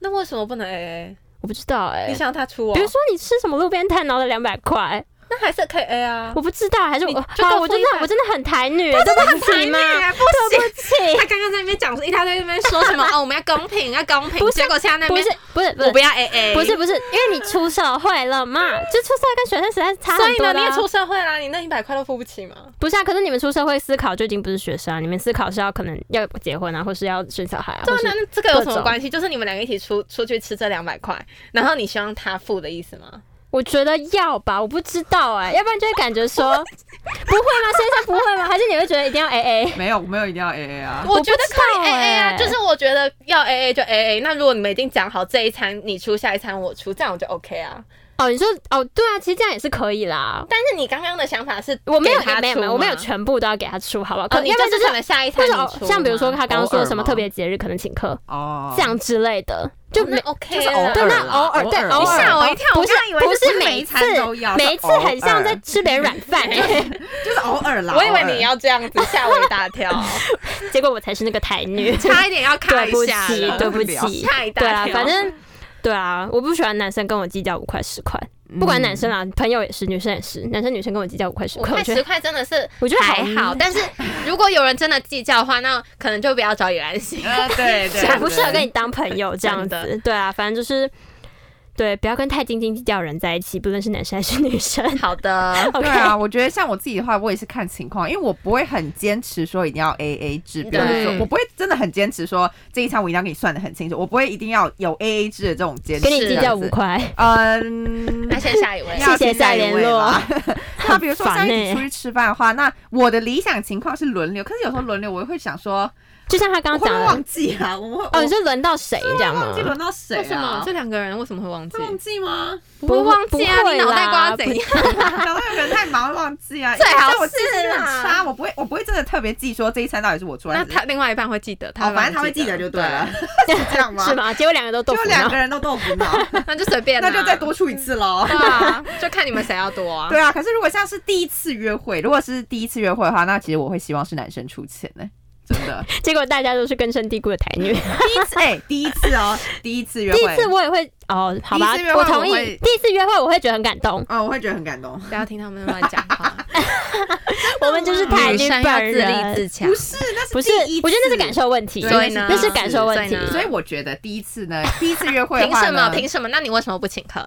那为什么不能 AA？我不知道哎、你想要他出哦比如，说你吃什么路边摊，然后两百块，那还是可以 A 啊哎我。不知道，还是我你哦就告好诉我真的一百我真的很台女，对不起嘛，对不起，啊他刚刚在那边讲一大堆，那边说什么哦，我们要公平，要公平不，是结果现在那不边是不是不我是不要 AA，不是，不是，因为你出社会了嘛，就出社会跟学生实在是差所很以多呢，的你也啊。出社会啦，你那一百块都付不起吗？不是啊，可是你们出社会思考就已经不是学生啊，你们思考是要可能要结婚啊，或是要生小孩啊，对或啊，是那这个有什各么种关系？就是你们两个一起出出去吃这两百块，然后你希望他付的意思吗？我觉得要吧，我不知道哎、要不然就会感觉说 不会吗？先生不会 吗？还是你会觉得一定要 A A？没有没有一定要 AA 啊，我觉得我不可以知道 A A 欸啊，就是我觉得要 A A 就 A A。那如果你们已经讲好这一餐你出，下一餐我出，这样我就 OK 啊。哦，你说哦，对啊，其实这样也是可以啦。但是你刚刚的想法是，我没有给他没有出没有，我没有吗全部都要给他出，好不好？可哦，能你要就不然就是可能下一就餐是你哦出吗，嗯像比如说他刚刚偶说尔什么吗特别节日可能请客哦，这样之类的，就哦那没 OK，就是啦偶尔啦，偶尔对啦偶你尔吓我一跳，不我是刚以为不是每每一一次餐都要，每一次很像在吃点软 饭、 欸，就是偶尔啦。我以偶为尔你要这样 子吓我一大跳，结果我才是那个台 女，差一点要卡对一不下起了，对不不起，吓一对大啊，跳。反正对啊，我不喜欢男生跟我计较五块十块，不管男生啦，朋友也是，女生也是，男生女生跟我计较五块嗯十五块，我块觉十得块真的是我觉得还好，嗯但是如果有人真的计较的话，那可能就不要找野兰心。呃，对对，我不对适合跟你当朋友这样真子，对啊，反正就是对，不要跟太斤斤计较的人在一起，不论是男生还是女生。 好 的， OK，对啊，我觉得像我自己的话，我也是看情况，因为我不会很坚持说一定要 A A 嗯制，比如说对我不会真的很坚持说这一餐我一定要给你算的很清楚，我不会一定要有 A A 制的这种坚持。跟你计这较样子五，块， 嗯。那先 下一位。谢谢再联络 要听哪一位啦。那比如说很像烦一欸起出去吃饭的话，那我的理想情况是轮流，可是有时候轮流我会想说，就像他我会刚刚不讲会的忘，记啊？我会哦，我你说轮到谁这样吗忘？记 轮到谁为什么啊？这两个人为什么会忘记会？忘记吗？不会忘记啊，不会你脑袋瓜啦怎样？然后有人太忙忘记啊，最好因为我记是性很啦啊差，我不会，我不会真的特别记说这一餐到底是我出来那还是。他另外一半会记得，他哦，反正帮他会你记得就对了，，是 这样吗？是吗？结果两个都豆就腐两脑个，人都豆腐脑，那就随便啦， 那就再多出一次喽。 对啊，就看你们谁要多啊。对啊，可是如果像是第一次约会，如果是第一次约会的话，那其实我会希望是男生出钱呢、 真的。结果大家都是根深蒂固的台女。第一次，哎、第一次哦，第一次约第会，一次我也会哦，好吧第一次约，会我我同意会。第一次约会我会觉得很感 动，嗯，我会觉得很感动。不要听他们乱讲话，我们就是台女女生要本自立人，自强不。是，那是不是第一，次我觉得那是感。受问题，对所以呢那是感受问题所以。呢所以我觉得第一次呢，第一次约会 的凭话什么？呢，凭什么？那你为什么不请客？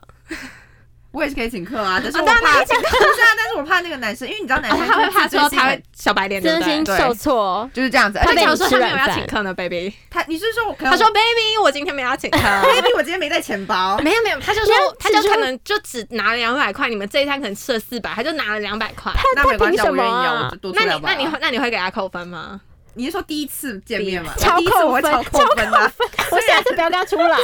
我也是可以请客啊，但是啊我当然怕请客， 不是啊，但是我怕那个男生，因为你知道男哦 生他会怕自尊说心他很会小白脸，对真不对心对受挫，就是这样子，而他且被讲你说吃他没有软要饭请客呢，baby。他你是说我可能他说：“baby，我今天没有要请客。 baby 我今天没带钱哦包”，没有没有，他就没说有他就只是可能就只拿了两百块，你们这一餐可能吃了四百，他就拿了两百块。那没关系，他凭我什么愿意啊啊，我就多出那来你吧那你会那你会给他扣分吗？你是说第一次见面吗？超我第一次我会扣分超扣分的、啊。我下次不要跟他出来，啊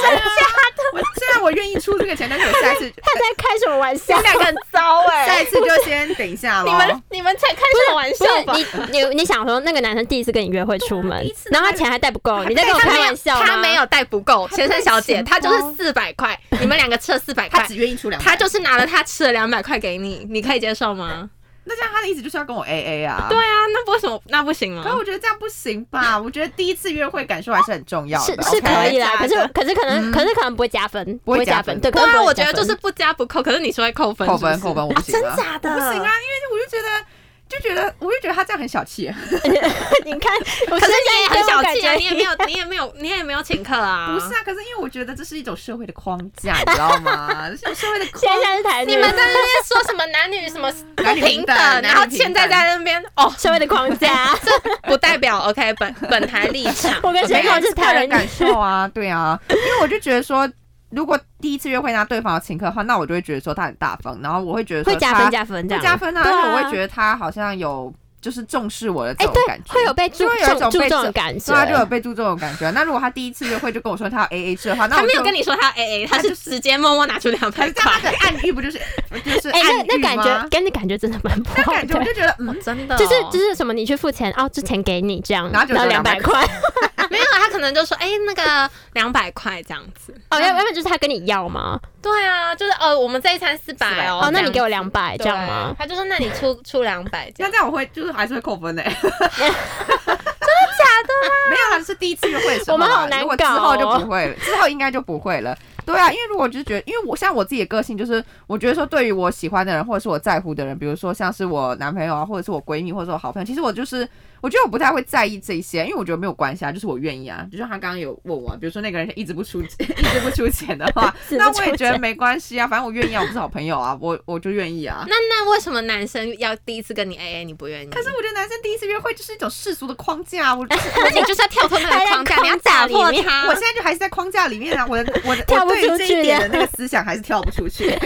我虽然我愿意出这个钱，但是我下一次他在开什么玩 笑？两个很糟下一次就先等一下喽。你们你们才开什么玩不笑吧？是你你你想说那个男生第一次跟你约会出门，然后他钱还带不够，你在跟我他开没有玩笑吗？他没有带不够，先生小姐，钱包他就是四百块，你们两个吃了四百他块只，愿意出两百，他就是拿了他吃了两百块给你，你可以接受吗？那这样他的意思就是要跟我 A A 啊。对。啊，那为什么那不行可是吗？我觉得这样不行吧？我觉得第一次约会感受还是很重要是的，是可以啦， OK？可是可是可能可是可能不会加分，嗯不会加加分，分对，可对能不啊，会我加觉得分就是不加不扣，可是你说会扣分，扣分是不是扣分我不行啊，假我不行啊，因为我就觉得就觉得我就觉得他这样很小气。 你看，可可是你也很小气啊，你也没有，你也没有，你也没有请客啊。不是啊，可是因为我觉得这是一种社会的框 架，你知道吗？这是一种社会的 现框在是台你女们在那边说什么男女什么不男女平平等等，然后男女平现等在在那边哦，社会的框 架，不代表 OK 本本台立场。 我跟谁没说有是个台人人感受啊，对啊，因为我就觉得说，如果第一次约会拿对方的请客的话，那我就会觉得说他很大方，然后我会觉得说会加他分加分这会样，加分啊，对而且我会觉得他好像有就是重视我的这哎种感对，觉，会有被注就会有一重种注被重的重感觉对，啊，就有被注重的感觉。那如果他第一次约会就跟我说他要 A A 制 的话，那他我没有就跟。你说他 AA，他是直接默默拿出两可百是这块样他。的暗喻不就是 就是哎，那暗那喻感吗觉？跟那感觉真的蛮不那好感觉我的。就觉得，嗯，真的哦就是就是什么，你去付钱哦，之前给你这样，然后就然后只有两百200块 啊没有，他可能就说，哎、那个两百块这样子。哦，要要不然就是他跟你要嘛，对啊，就是哦，我们这一餐四百哦400哦，那你给我我两百这样吗？他就说，那你出出两百这那样。这样我会就是还是会扣分 的、欸。 真的假的啦？没有啦，是第一次约会的时候啦，我们好难如果之搞后就哦不会了，之后应该就不会了。对啊，因为如果就是觉得，因为我像我自己的个性，就是我觉得说，对于我喜欢的人或者是我在乎的人，比如说像是我男朋友啊，或者是我闺蜜，或者是我好朋友，其实我就是我觉得我不太会在意这些，因为我觉得没有关系啊，就是我愿意啊。就像他刚刚有问我，比如说那个人一直不出 一直不出钱的 ，话一直不那出我也觉得钱没关系啊，反正我愿意啊，我们是好朋友啊，我 我就愿意啊。那那为什么男生要第一次跟你 AA，你不愿意？可是我觉得男生第一次约会就是一种世俗的框架，我 那你就是要跳脱那个框架，还在你要打破框架里面它。我现在就还是在框架里面啊，我的我的跳不我对于出这去一点啊的那个思想还是跳不出去。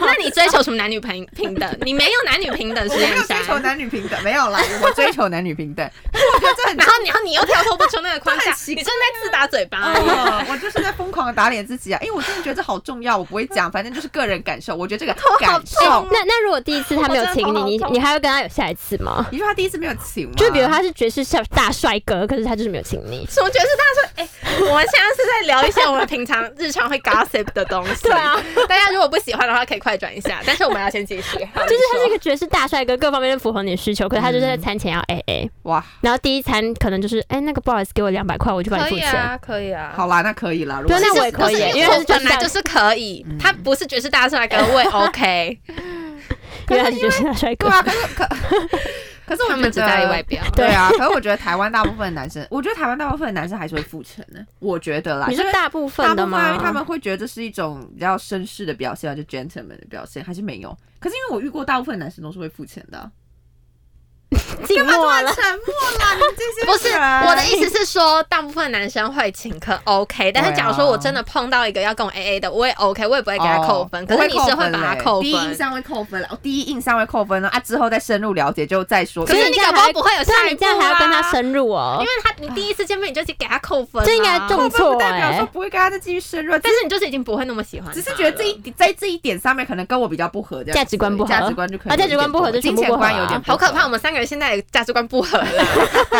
那你追求什么男女平平 等？你没有男女平等我实没验啊有追求山，男女平等，没有啦，我追求男女平等。我觉得这很然后你然后 你又跳脱不出那个 框这架很，奇你怪正在自打嘴巴、啊哦，我就是在疯狂的打脸自己啊，因为我真的觉得这好重要，我不会讲，反正就是个人感受。我觉得这个感受，那那如果第一次他没有哦请你，我真的你头好痛你还会跟他有下一次吗？你说他第一次没有请吗？就比如他是爵士小大帅哥，可是他就是没有请你。什么爵士大说，哎、我们现在是在聊一些我们平常日常会 gossip 的东西。对啊，大家如果不喜欢的话，可以快转一下。但是我们要先继续。好 就是他是一你说个爵士大帅哥，各方面都符合你的需嗯求，可是他就是在餐前要 A A，、哇，然后第一餐可能就是哎、那个不好意思，给我两百块，我就帮你可付以钱。啊，可以啊。好啦，那可以啦。如对果那就是我也可以就是耶因因为为我是嗯本来就是就是可以，他不是爵士大帅哥， 我也 OK。原来是爵士大帅哥对，啊，可是可 可啊是我他觉得们只在意外表。对啊，可是我觉得台湾大部分的男生， 我觉得台湾大部分的男生还是会付钱的，我觉得啦，你啊因是为大部大分部的分啊因吗为？他们会觉得这是一种比较绅士的表现啊，就 gentleman 的表现，还是没有。可是因为我遇过大部分的男生都是会付钱的啊，静默了然，沉默啦，你这些不是人我的意思是说，大部分男生会请客 OK，但是啊假如说我真的碰到一个要跟我 AA 的，我也 OK，我也不会给他扣分。哦可是你是会把他扣不嘞第一印分，象会扣分了，哦，第一印象会扣分了啊，之后再深入了解就再说。可所以是你搞不好不会有那下你一步这样还要跟他啊深入哦因为，他你第一次见面你就是给他扣分啊，这应该扣重分不代表哎说不会跟他再继续深入，但但是是你就是已经不会那么喜欢他了，只是觉得这一在这一点上面可能跟我比较不合，这样价值观子不合价值观就可能啊价值观不合就全金部钱不合啊观有点好可怕。我吗？们三个人现在价值观不合了，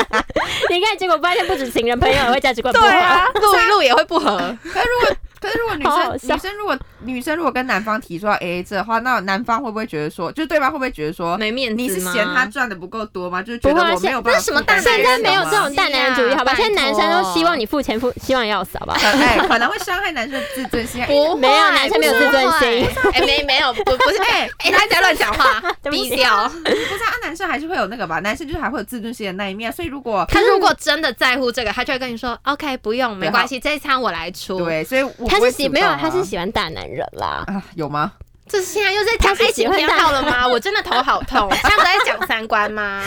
你看结果发现不止情人朋友也会价值观不合。对啊，录一录也会不合。可是如果可是如果女好好生笑女生如果女生如果跟男方提出要 A A 制的话，那男方会不会觉得说，就是对方会不会觉得说？没面子你是吗嫌他赚的不够多吗？就是觉不得会啊我没有办现那法付给什么大你男现在人没有这种大男人主义，好吧？拜啊托现在男生都希望你付钱付，希望你要死，好吧？ 哎， 可能会伤害男生的自尊心。啊不会没有男生没有自尊心不会哎，没没有，不不是，哎哎，大家乱讲话， 对不起低调。不是啊，男生还是会有那个吧，男生就是还会有自尊心的那一面，所以如果他如果真的在乎这个，他就会跟你说，OK，不用，没关系，这一餐我来出。，对，所以我不他会是喜主没有动，啊他是喜欢大男人 啦。啊，有吗？这是现在又在讲他是爱喜情欢偏好了吗？我真的头好 痛，像在讲三观吗？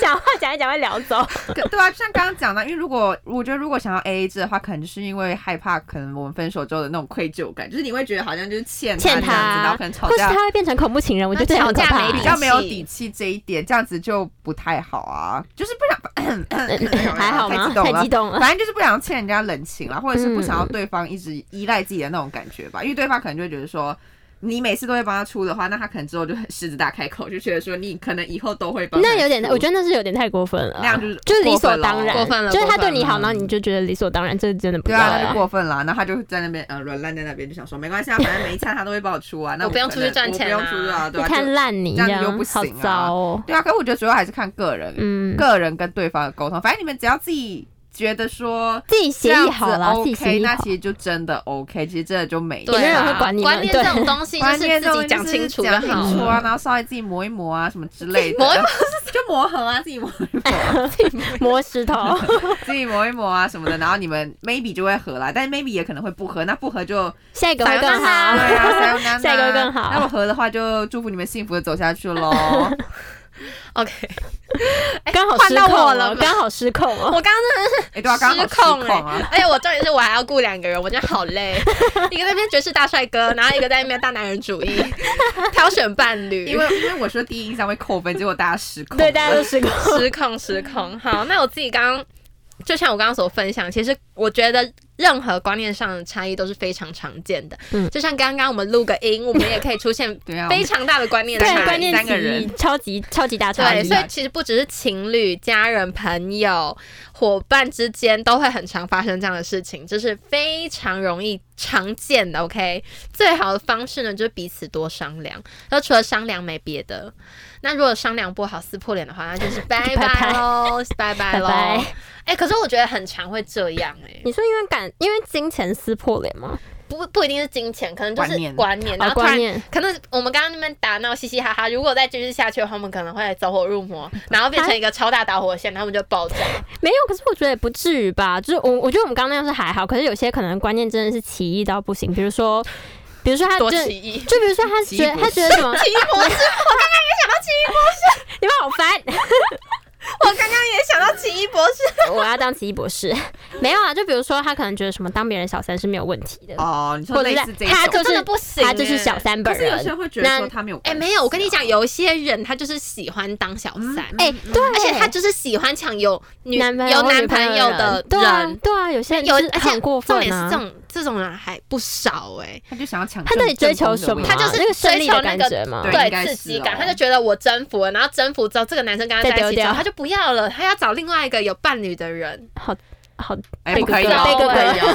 讲话讲一讲会聊走，可对啊，就像刚刚讲的，因为如果我觉得如果想要 A A 制的话，可能就是因为害怕，可能我们分手之后的那种愧疚感，就是你会觉得好像就是欠他欠这样子，然他后可能， 吵或是架他会变成恐怖情人，我觉得这很可那怕吵架。比没较没有底气这一点，这样子就不太好啊，就是不想，嗯还好太吗？激动太了激。动了。反正就是不想欠人家冷情啦，或者是不想嗯要对方一直依赖自己的那种感觉吧，因为对方可能就会觉得说，你每次都会帮他出的话，那他可能之后就 很狮子大开口，就觉得说你可能以后都会帮他出。那有点，我觉得那是有点太过分了那。样就是就是理过分所了当然，过分了就是他对过分了你好，然后你就觉得理所当然，这真的不对要啊，那啊就。过分了，然后他就在那边呃软烂在那边，就想说没关 系啊，反正每一餐他都会帮我出啊，那我不用可能出去赚钱啊我不用出去啊，你对啊，看就烂泥这样子又不好行啊糟哦。对啊，可我觉得主要还是看个人，嗯，个人跟对方的沟通，反正你们只要自己觉得说自己协这样议子好了，自己 OK，协议那好。其实就真的 OK，其实真的就没 有没有人会啊管你们观念对这种东西就是自己讲清楚就讲清好楚了。啊，然后稍微自己磨一磨啊，什么之类的，磨一磨就磨合啊，自己磨一磨，磨石头，自己磨一磨啊什么的，然后你们 maybe 就会合啦，但是 maybe 也可能会不合，那不合就下一个会更撒好啊。对啊，塞翁下一个更好那我合的话，就祝福你们幸福的走下去 喽。 OK，哎刚好换失到控哦我了吗刚好失控我哦。刚刚真的哎、对啊，刚好失控哎、啊。而且我重点是我还要顾两个人，我真的好累。 一个在那边爵士大帅哥，然后一个在那边大男人主义，挑选伴侣，因为因为我说第一印象会扣分，结果大家失控了。对，大家都失控。失控失控。好，那我自己刚刚就像我刚刚所分享，其实我觉得任何观念上的差异都是非常常见的。嗯就像刚刚我们录个音，我们也可以出 现对啊，非常大的观念对，差关异。键三个词人超级超级大差对，异。所以其实不只是情侣、家人、朋友、伙伴之间都会很常发生这样的事情，就是非常容易常见的。OK，最好的方式呢，就是彼此多商量。那除了商量没别的，那如果商量不好撕破脸的话，那就是拜拜喽，拜拜喽。拜哎拜、可是我觉得很常会这样哎、你说因为感，因为金钱撕破脸吗？不不一定是金钱，可能就是观念观念，然后啊，突然观念，可能我们刚刚那边打闹嘻嘻哈哈，如果再继续下去的话，我们可能会走火入 魔，然后变成一个超大导火线，然后我们就爆炸。没有，可是我觉得也不至于吧。就是我，我觉得我们刚刚那样是还好，可是有些可能观念真的是奇异到不行。比如说，比如说他多就奇异，就比如说他奇异觉得博 他觉得什么， 奇异博士，你们好烦。我刚刚也想到奇异博士，我要当奇异博士。 没有啊，就比如说他可能觉得什么当别人小三是没有问题的，哦，你说或者类是似这一他种， 就是真的不行他就是欸小三本可是有人些。人会觉得那说他没有哎、关系啊，没有，我跟你讲，有些人他就是喜欢当小嗯三，哎、对，而且他就是喜欢抢有女男朋友有或男女朋朋友的对啊人，对啊，有些人有就是而且很过分、重啊，点是这种这种人还不少哎、他就想要抢他到底追求什么啊？他就是那个胜追利的求那感个觉嘛。对应该对是刺激感，哦他就觉得我征服了，然后征服之后，这个男生跟他再在一丢起之掉后，他就不要了，他要找另外一个有伴侣的人。好，哎，被不可以哥哥哦，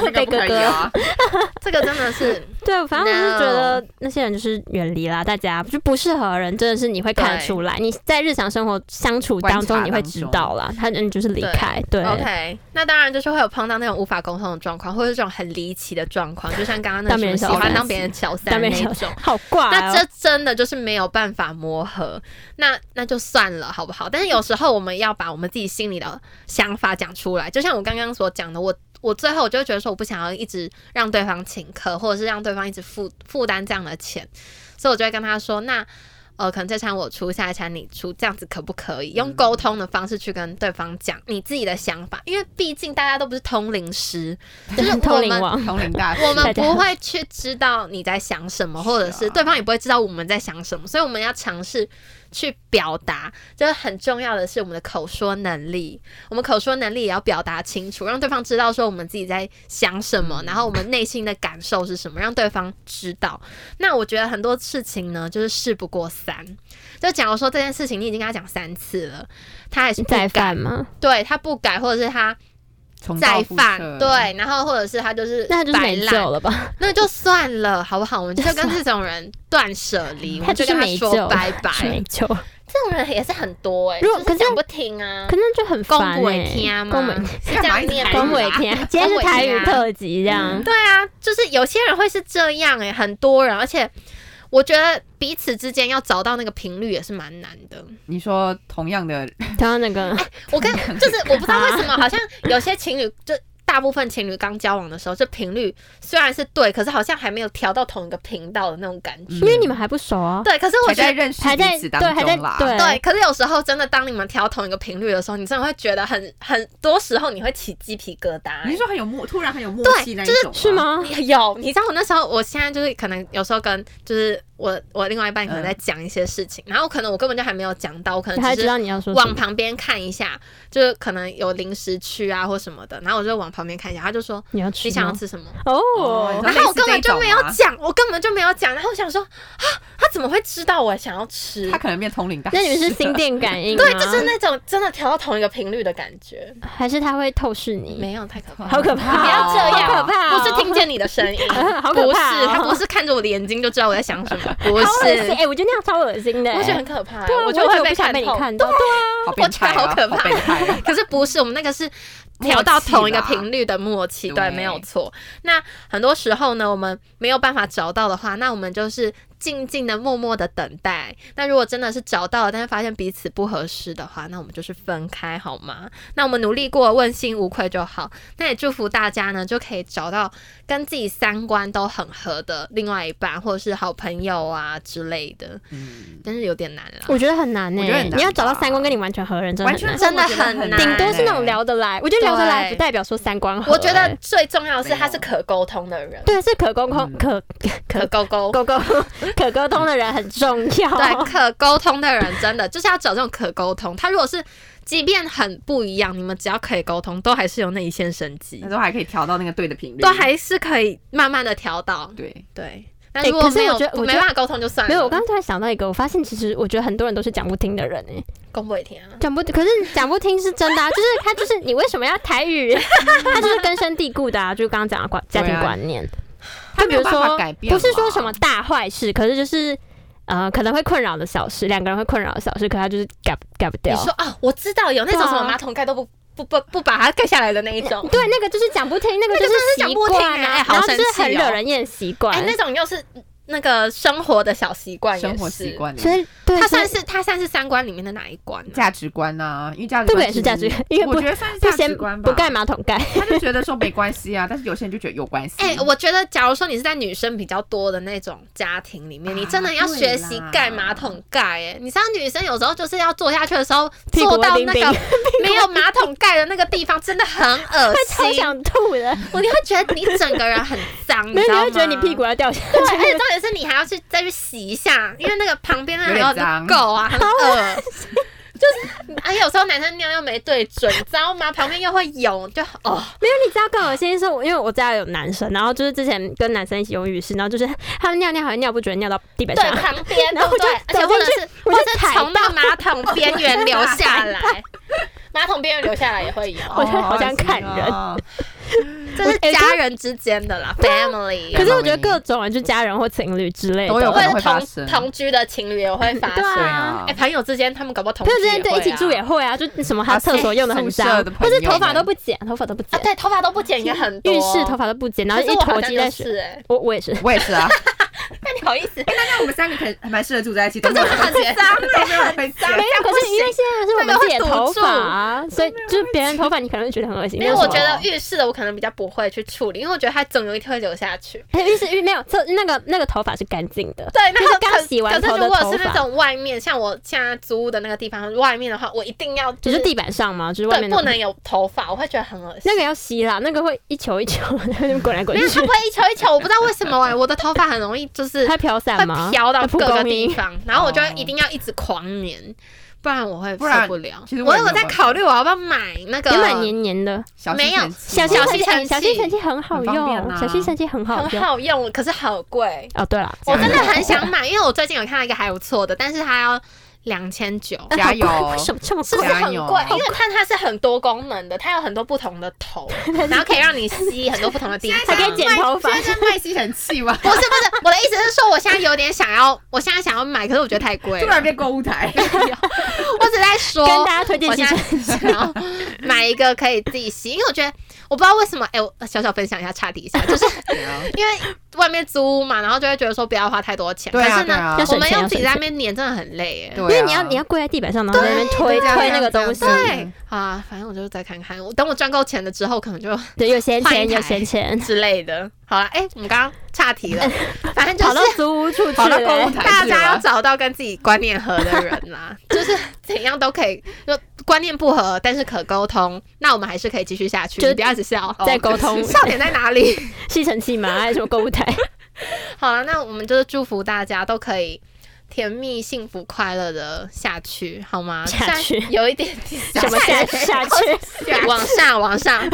被不哥可以哦这个哥被不可以哥哥哦 这个真的是对，反正我是觉 No 得那些人就是远离啦，大家就不适合的人，真的是你会看得对出来，你在日常生活相处当观察中你会当知中道啦，他嗯就是离对开， 对 OK。那当然就是会有碰到那种无法沟通的状况，或者这种很离奇的状况，就像刚刚那当种别人喜小欢三当别人小三当那面小种。好怪、哦。那这真的就是没有办法磨合，那那就算了，好不好？但是有时候我们要把我们自己心里的想法讲出来，就像我刚刚所讲的，我我最后我就会觉得说，我不想要一直让对方请客，或者是让对方一直负负担这样的钱，所以我就会跟他说，那。呃，可能这餐我出，下一餐你出，这样子可不可嗯以？用沟通的方式去跟对方讲你自己的想法，因为毕竟大家都不是通灵师，就是我 通灵们王，同龄大师，我们大家不会去知道你在想什么，或者是是啊对方也不会知道我们在想什么，所以我们要尝试去表达。就是很重要的是我们的口说能力，我们口说能力也要表达清楚，让对方知道说我们自己在想什嗯么，然后我们内心的感受是什么，让对方知道。那我觉得很多事情呢，就是事不过三。就假如说这件事情你已经跟他讲三次了，他还是不再改犯，吗？对他不改，或者是他重蹈再覆犯，辙，对，然后或者是他就是那他就是摆没烂救了吧？那就算了，好不好？我们就跟这种人断舍离，我他们就就是跟他没说救拜拜。 没救，可这种人也是很多哎、如果就可是讲不听啊，能就很恭烦维欸 天啊嘛，恭维是这样念台吗语恭维啦天啊，今天是恭维台天语啊特辑这嗯样。 对啊，就是有些人会是这样哎、很多人，而且我觉得彼此之间要找到那个频率也是蛮难的。你说同样的刚刚那个我 跟就是我不知道啊为什么，好像有些情侣就。大部分情侣刚交往的时候，这频率虽然是对，可是好像还没有调到同一个频道的那种感觉。因为你们还不熟啊，对，可是我还觉得在认识还在彼此对，当中啦，还在对对，可是有时候真的，当你们调同一个频率的时候，你真的会觉得很很多时候你会起鸡皮疙瘩、你是说很有默，突然很有默契那一种，是？吗？有，你知道我那时候，我现在就是可能有时候跟就是我我另外一半可能在讲一些事情，然后可能我根本就还没有讲到，我可他能只知是道你要说什往么。旁边看一下，就是可能有零食区啊或什么的，然后我就往旁边看一下，他就说你要吃你想要吗吃什么，哦哦，然后我类似根本这就种没有啊讲，我根本就没有讲，然后我想说啊，他怎么会知道我想要吃他？可啊能变通灵大师那了，你们是心电感应 吗？对，就是那种真的调到同一个频率的感觉。还是他会透视你？没有，太可怕了。好可怕！哦不要这样啊好可怕哦！嗯不是听见你的声音， 好可不是，怕哦他不是看着我的眼睛就知道我在想什么， 不超恶心是，哎，我觉得那样超恶心的，我觉得很可怕欸对啊，，我我就觉会得被不想看啊被你透。看到，好变态我觉哦，得好可怕变态 哦。可是不是，我们那个是默契啦调到同一个频率的默契，对，对没有错。那很多时候呢，我们没有办法找到的话，那我们就是静静的、默默的等待。那如果真的是找到了，但是发现彼此不合适的话，那我们就是分开，好吗？那我们努力过，问心无愧就好。那也祝福大家呢，就可以找到跟自己三观都很合的另外一半，或者是好朋友啊之类的，嗯，但是有点难了。我觉得很难呢我觉得很。难你要找到吧三观跟你完全合的人，真的完全很难。真的我觉得很难顶多是那欸种聊得来，我觉得聊得来对不代表说三观合。我觉得哎最重要的是没有他是可沟通的人。对，是可沟通嗯、可可可沟沟，沟沟可沟通 的人很重要。 对，可沟通的人真的就是要找这种可沟通。他如果是即便很不一样，你们只要可以沟通，都还是有那一线生机嗯那，都还可以调到那个对的频率，都还是可以慢慢的调到。对，对，那欸如果可是没有、我觉得我没觉得办法沟通就算了。 没有，我刚刚突然想到一个，我发现其实我觉得很多人都是讲不听的人哎，公布一听啊，讲不，可是讲不听是真的啊， 就是他就是你为什么要台语？他就是根深蒂固的啊，就刚刚讲的观家庭对啊观念。他就比如没有办说法改，变不是啦说什么大坏事，可是就是呃，可能会困扰的小事，两个人会困扰的小事，可他就是改改不你掉。说哦，我知道有那种啊对啊什么马桶盖都不不不不把它盖下来的那一种，对，那个就是讲不听，那个就那个是真的是讲习不听惯哎啊，好然后生就是气很惹哦人厌习惯哎、。那种又是那个生活的小习惯也是，生活习惯、所以对，它所以算是它算是三观里面的哪一关啊呢、价值观呐、因为价值对不观对？是价值，因为我不觉得算是不价值先观吧。不盖马桶盖， 他就觉得说没关系啊，但是有些人就觉得有关系。嗯哎、我觉得，假如说你是在女生比较多的那种家庭里面，啊你真的要学习盖马桶盖、哎，你像女生有时候就是要坐下去的时候，屁股坐到会那冰个 没有马桶盖的那个地方，真的很恶超心，想吐的。我你会觉得你整个人很脏， 没嗯知有，你道吗会觉得你屁股。要掉下对，哎而去。且重点是你还要去再去洗一下，因为那个旁边那有还点有脏狗啊， 很恶心。就是，哎，有时候男生尿又没对准，你知道吗？旁边又会涌，就哦， 没有，你知道更恶心是我，因为我家有男生，然后就是之前跟男生一起用浴室，然后就是 他们尿尿好像尿不准，尿到地板对上，旁边，对然后不我就对？而且走或进者去是，我或就者是踩从到马桶边缘流下来， 马桶边缘流下来也会有，我觉得好像看人哦这是家人之间的啦，family。啊可是我觉得各种人，就家人或情侣之类的，都有或可能者是会发同生同居的情侣也会发对生。啊哎，朋友之间他们搞不好同朋友居之间对一起住也也会会啊，就什么他厕所用的很啊宿脏舍的，朋或友是们头发都不剪，头发都不啊啊，剪，对，头发都不剪也很多。浴室头，发都不剪，然后可一是我好坨像鸡就在水。是哎，我我 也是，我也是 啊。那你好意思？那我们三个可能还蛮适合住在一起，都没有很脏都没有人会讲。没有，可是因为现在是我们自己的头发啊，所以就是别人头发你可能会觉得很恶心。因为那我种觉得浴室的我可能比较不会去处理，因为我觉得它总有一天会流下去。哎浴室浴没有，这那个那个头发是干净的，对，然就是后刚可洗完可头是的如果头是那发种外面，像我现在租的那个地方，外面的话，我一定要只就是地板上嘛，就是外对，面不的能有头发，我会觉得很恶心。那个要吸啦，那个会一球一球的滚来滚 没有，它去不，会一球一球，我不知道为什么哎、我的头发很容易就是它飘散吗？会飘到它各蒲个公地英。方，然后我就哦一定要一直狂粘，不然我会不然受不了。其实我我也没有有在办法考虑我要不要买那个原本黏黏的，小没有小小吸吸尘尘器小吸器尘器很好很方便用，啊小吸尘器很好很用。好用，可是好贵。哦，对了，我真的很想买，因为我最近有看到一个还不错的，但是它要两千九，加油哎好贵 为什么这么是不贵是？很加油贵？因为它它是很多功能的，它有很多不同的 头，然后可以让你吸很多不同的地方，还可以剪头发现在在卖 吸尘器 吗？不是不是，我的意思是说，我现在有点想要，我现在想要买，可是我觉得太贵突啊了。然变购物台，我只在说，跟大家推荐我吸现尘在想要买一个可以自己吸，因为我觉得我不知道为什么，哎、我小小分享一下，插题一下，就是啊因为外面租屋嘛，然后就会觉得说不要花太多钱，对啊可是呢，对啊要我省们钱用要自己省在那钱，边粘真的很累，哎。对啊因为你要你要跪在地板上，然后在那边推对这样推那个这样东西这，样对啊，反正我就再看看，我等我赚够钱了之后，可能就对，有闲换一钱有台闲钱，之类的。好了，哎、我们刚刚岔题了， 反正就跑是到租屋处去跑到购物了。台大去了家要找到跟自己观念合的人 啦，就是怎样都可以，就观念不合，但是可沟通，那我们还是可以继续下去。就你不要一直笑，哦在沟 通笑点在哪里？ 吸尘器嘛，还有什么购物台？好了，那我们就是祝福大家都可以。甜蜜、幸福、快乐的下去，好吗？下去虽然有一点什么下下去？ 往上，往 上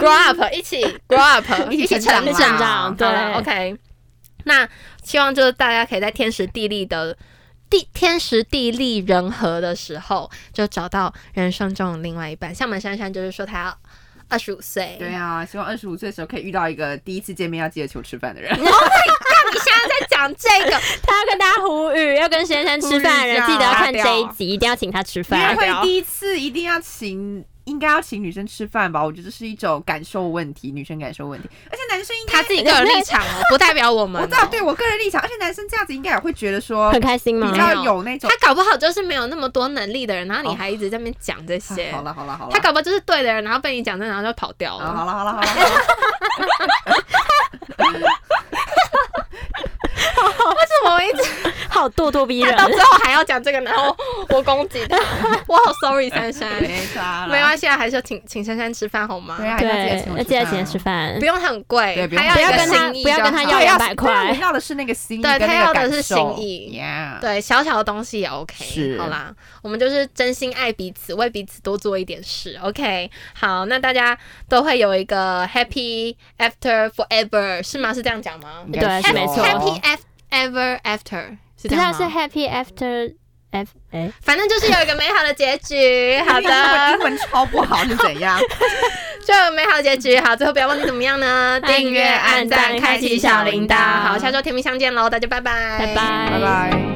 ，grow up，一起 grow up，一起起成长长，一起成长好了对，OK。那希望就是大家可以在天时地利的地天时地利人和的时候，就找到人生中的另外一半。像我们珊珊就是说，她要二十五岁，对啊，希望二十五岁的时候可以遇到一个第一次见面要记得请我 吃饭的人。你现在在讲这 个，他要跟大家呼吁，要跟先生吃饭的人呼吁一下记得要拉看这掉一集，一定要请他吃约饭。会第一次一定要请，应该要请女生吃饭吧？我觉得这是一种感受问题，女生感受问题，而且男生应该她自己个人立场哦，不代表我们 我哦知。道，对我个人立场，而且男生这样子应该也会觉得说很开心吗比？较有那种啊她。搞不好就是没有那么多能力的人，然后你还一直在那边讲这些。哦啊好了好了好了，她搞不好就是对的人，然后被你讲这，然后就跑掉了。啊好了好了好 了好了，哦为什么我一直好咄咄逼人 到，最后还要讲这个，然后我攻击 他，我好 sorry 珊珊，没差了，没关系啊，还是请请珊珊吃饭好吗？对啊，对，要要记记得得请请他我吃吃饭啊。饭不。用很贵，对不用还不要一要个跟他心意不要就跟他好要对要200对块我要的是那个心意，对跟他那要的个感是心受意 Yeah 对小小的东西也 OK，是好啦，我们就是真心爱彼此，为彼此多做一点事，OK。好，那大家都会有一个 Happy After Forever 是吗？是这样讲吗应该对是哦没错 Happy F Ever After 是这不是，样他是吗？ happy after f 哎，反正就是有一个美好的结 局。好因为我的英，文超不好是怎样？ 就有美好的结局。好，最后不要忘记怎么样呢？按订阅、按按赞、赞开开启启小小铃铃铛。铛好，下周甜蜜相见喽，大家拜拜，拜拜拜拜。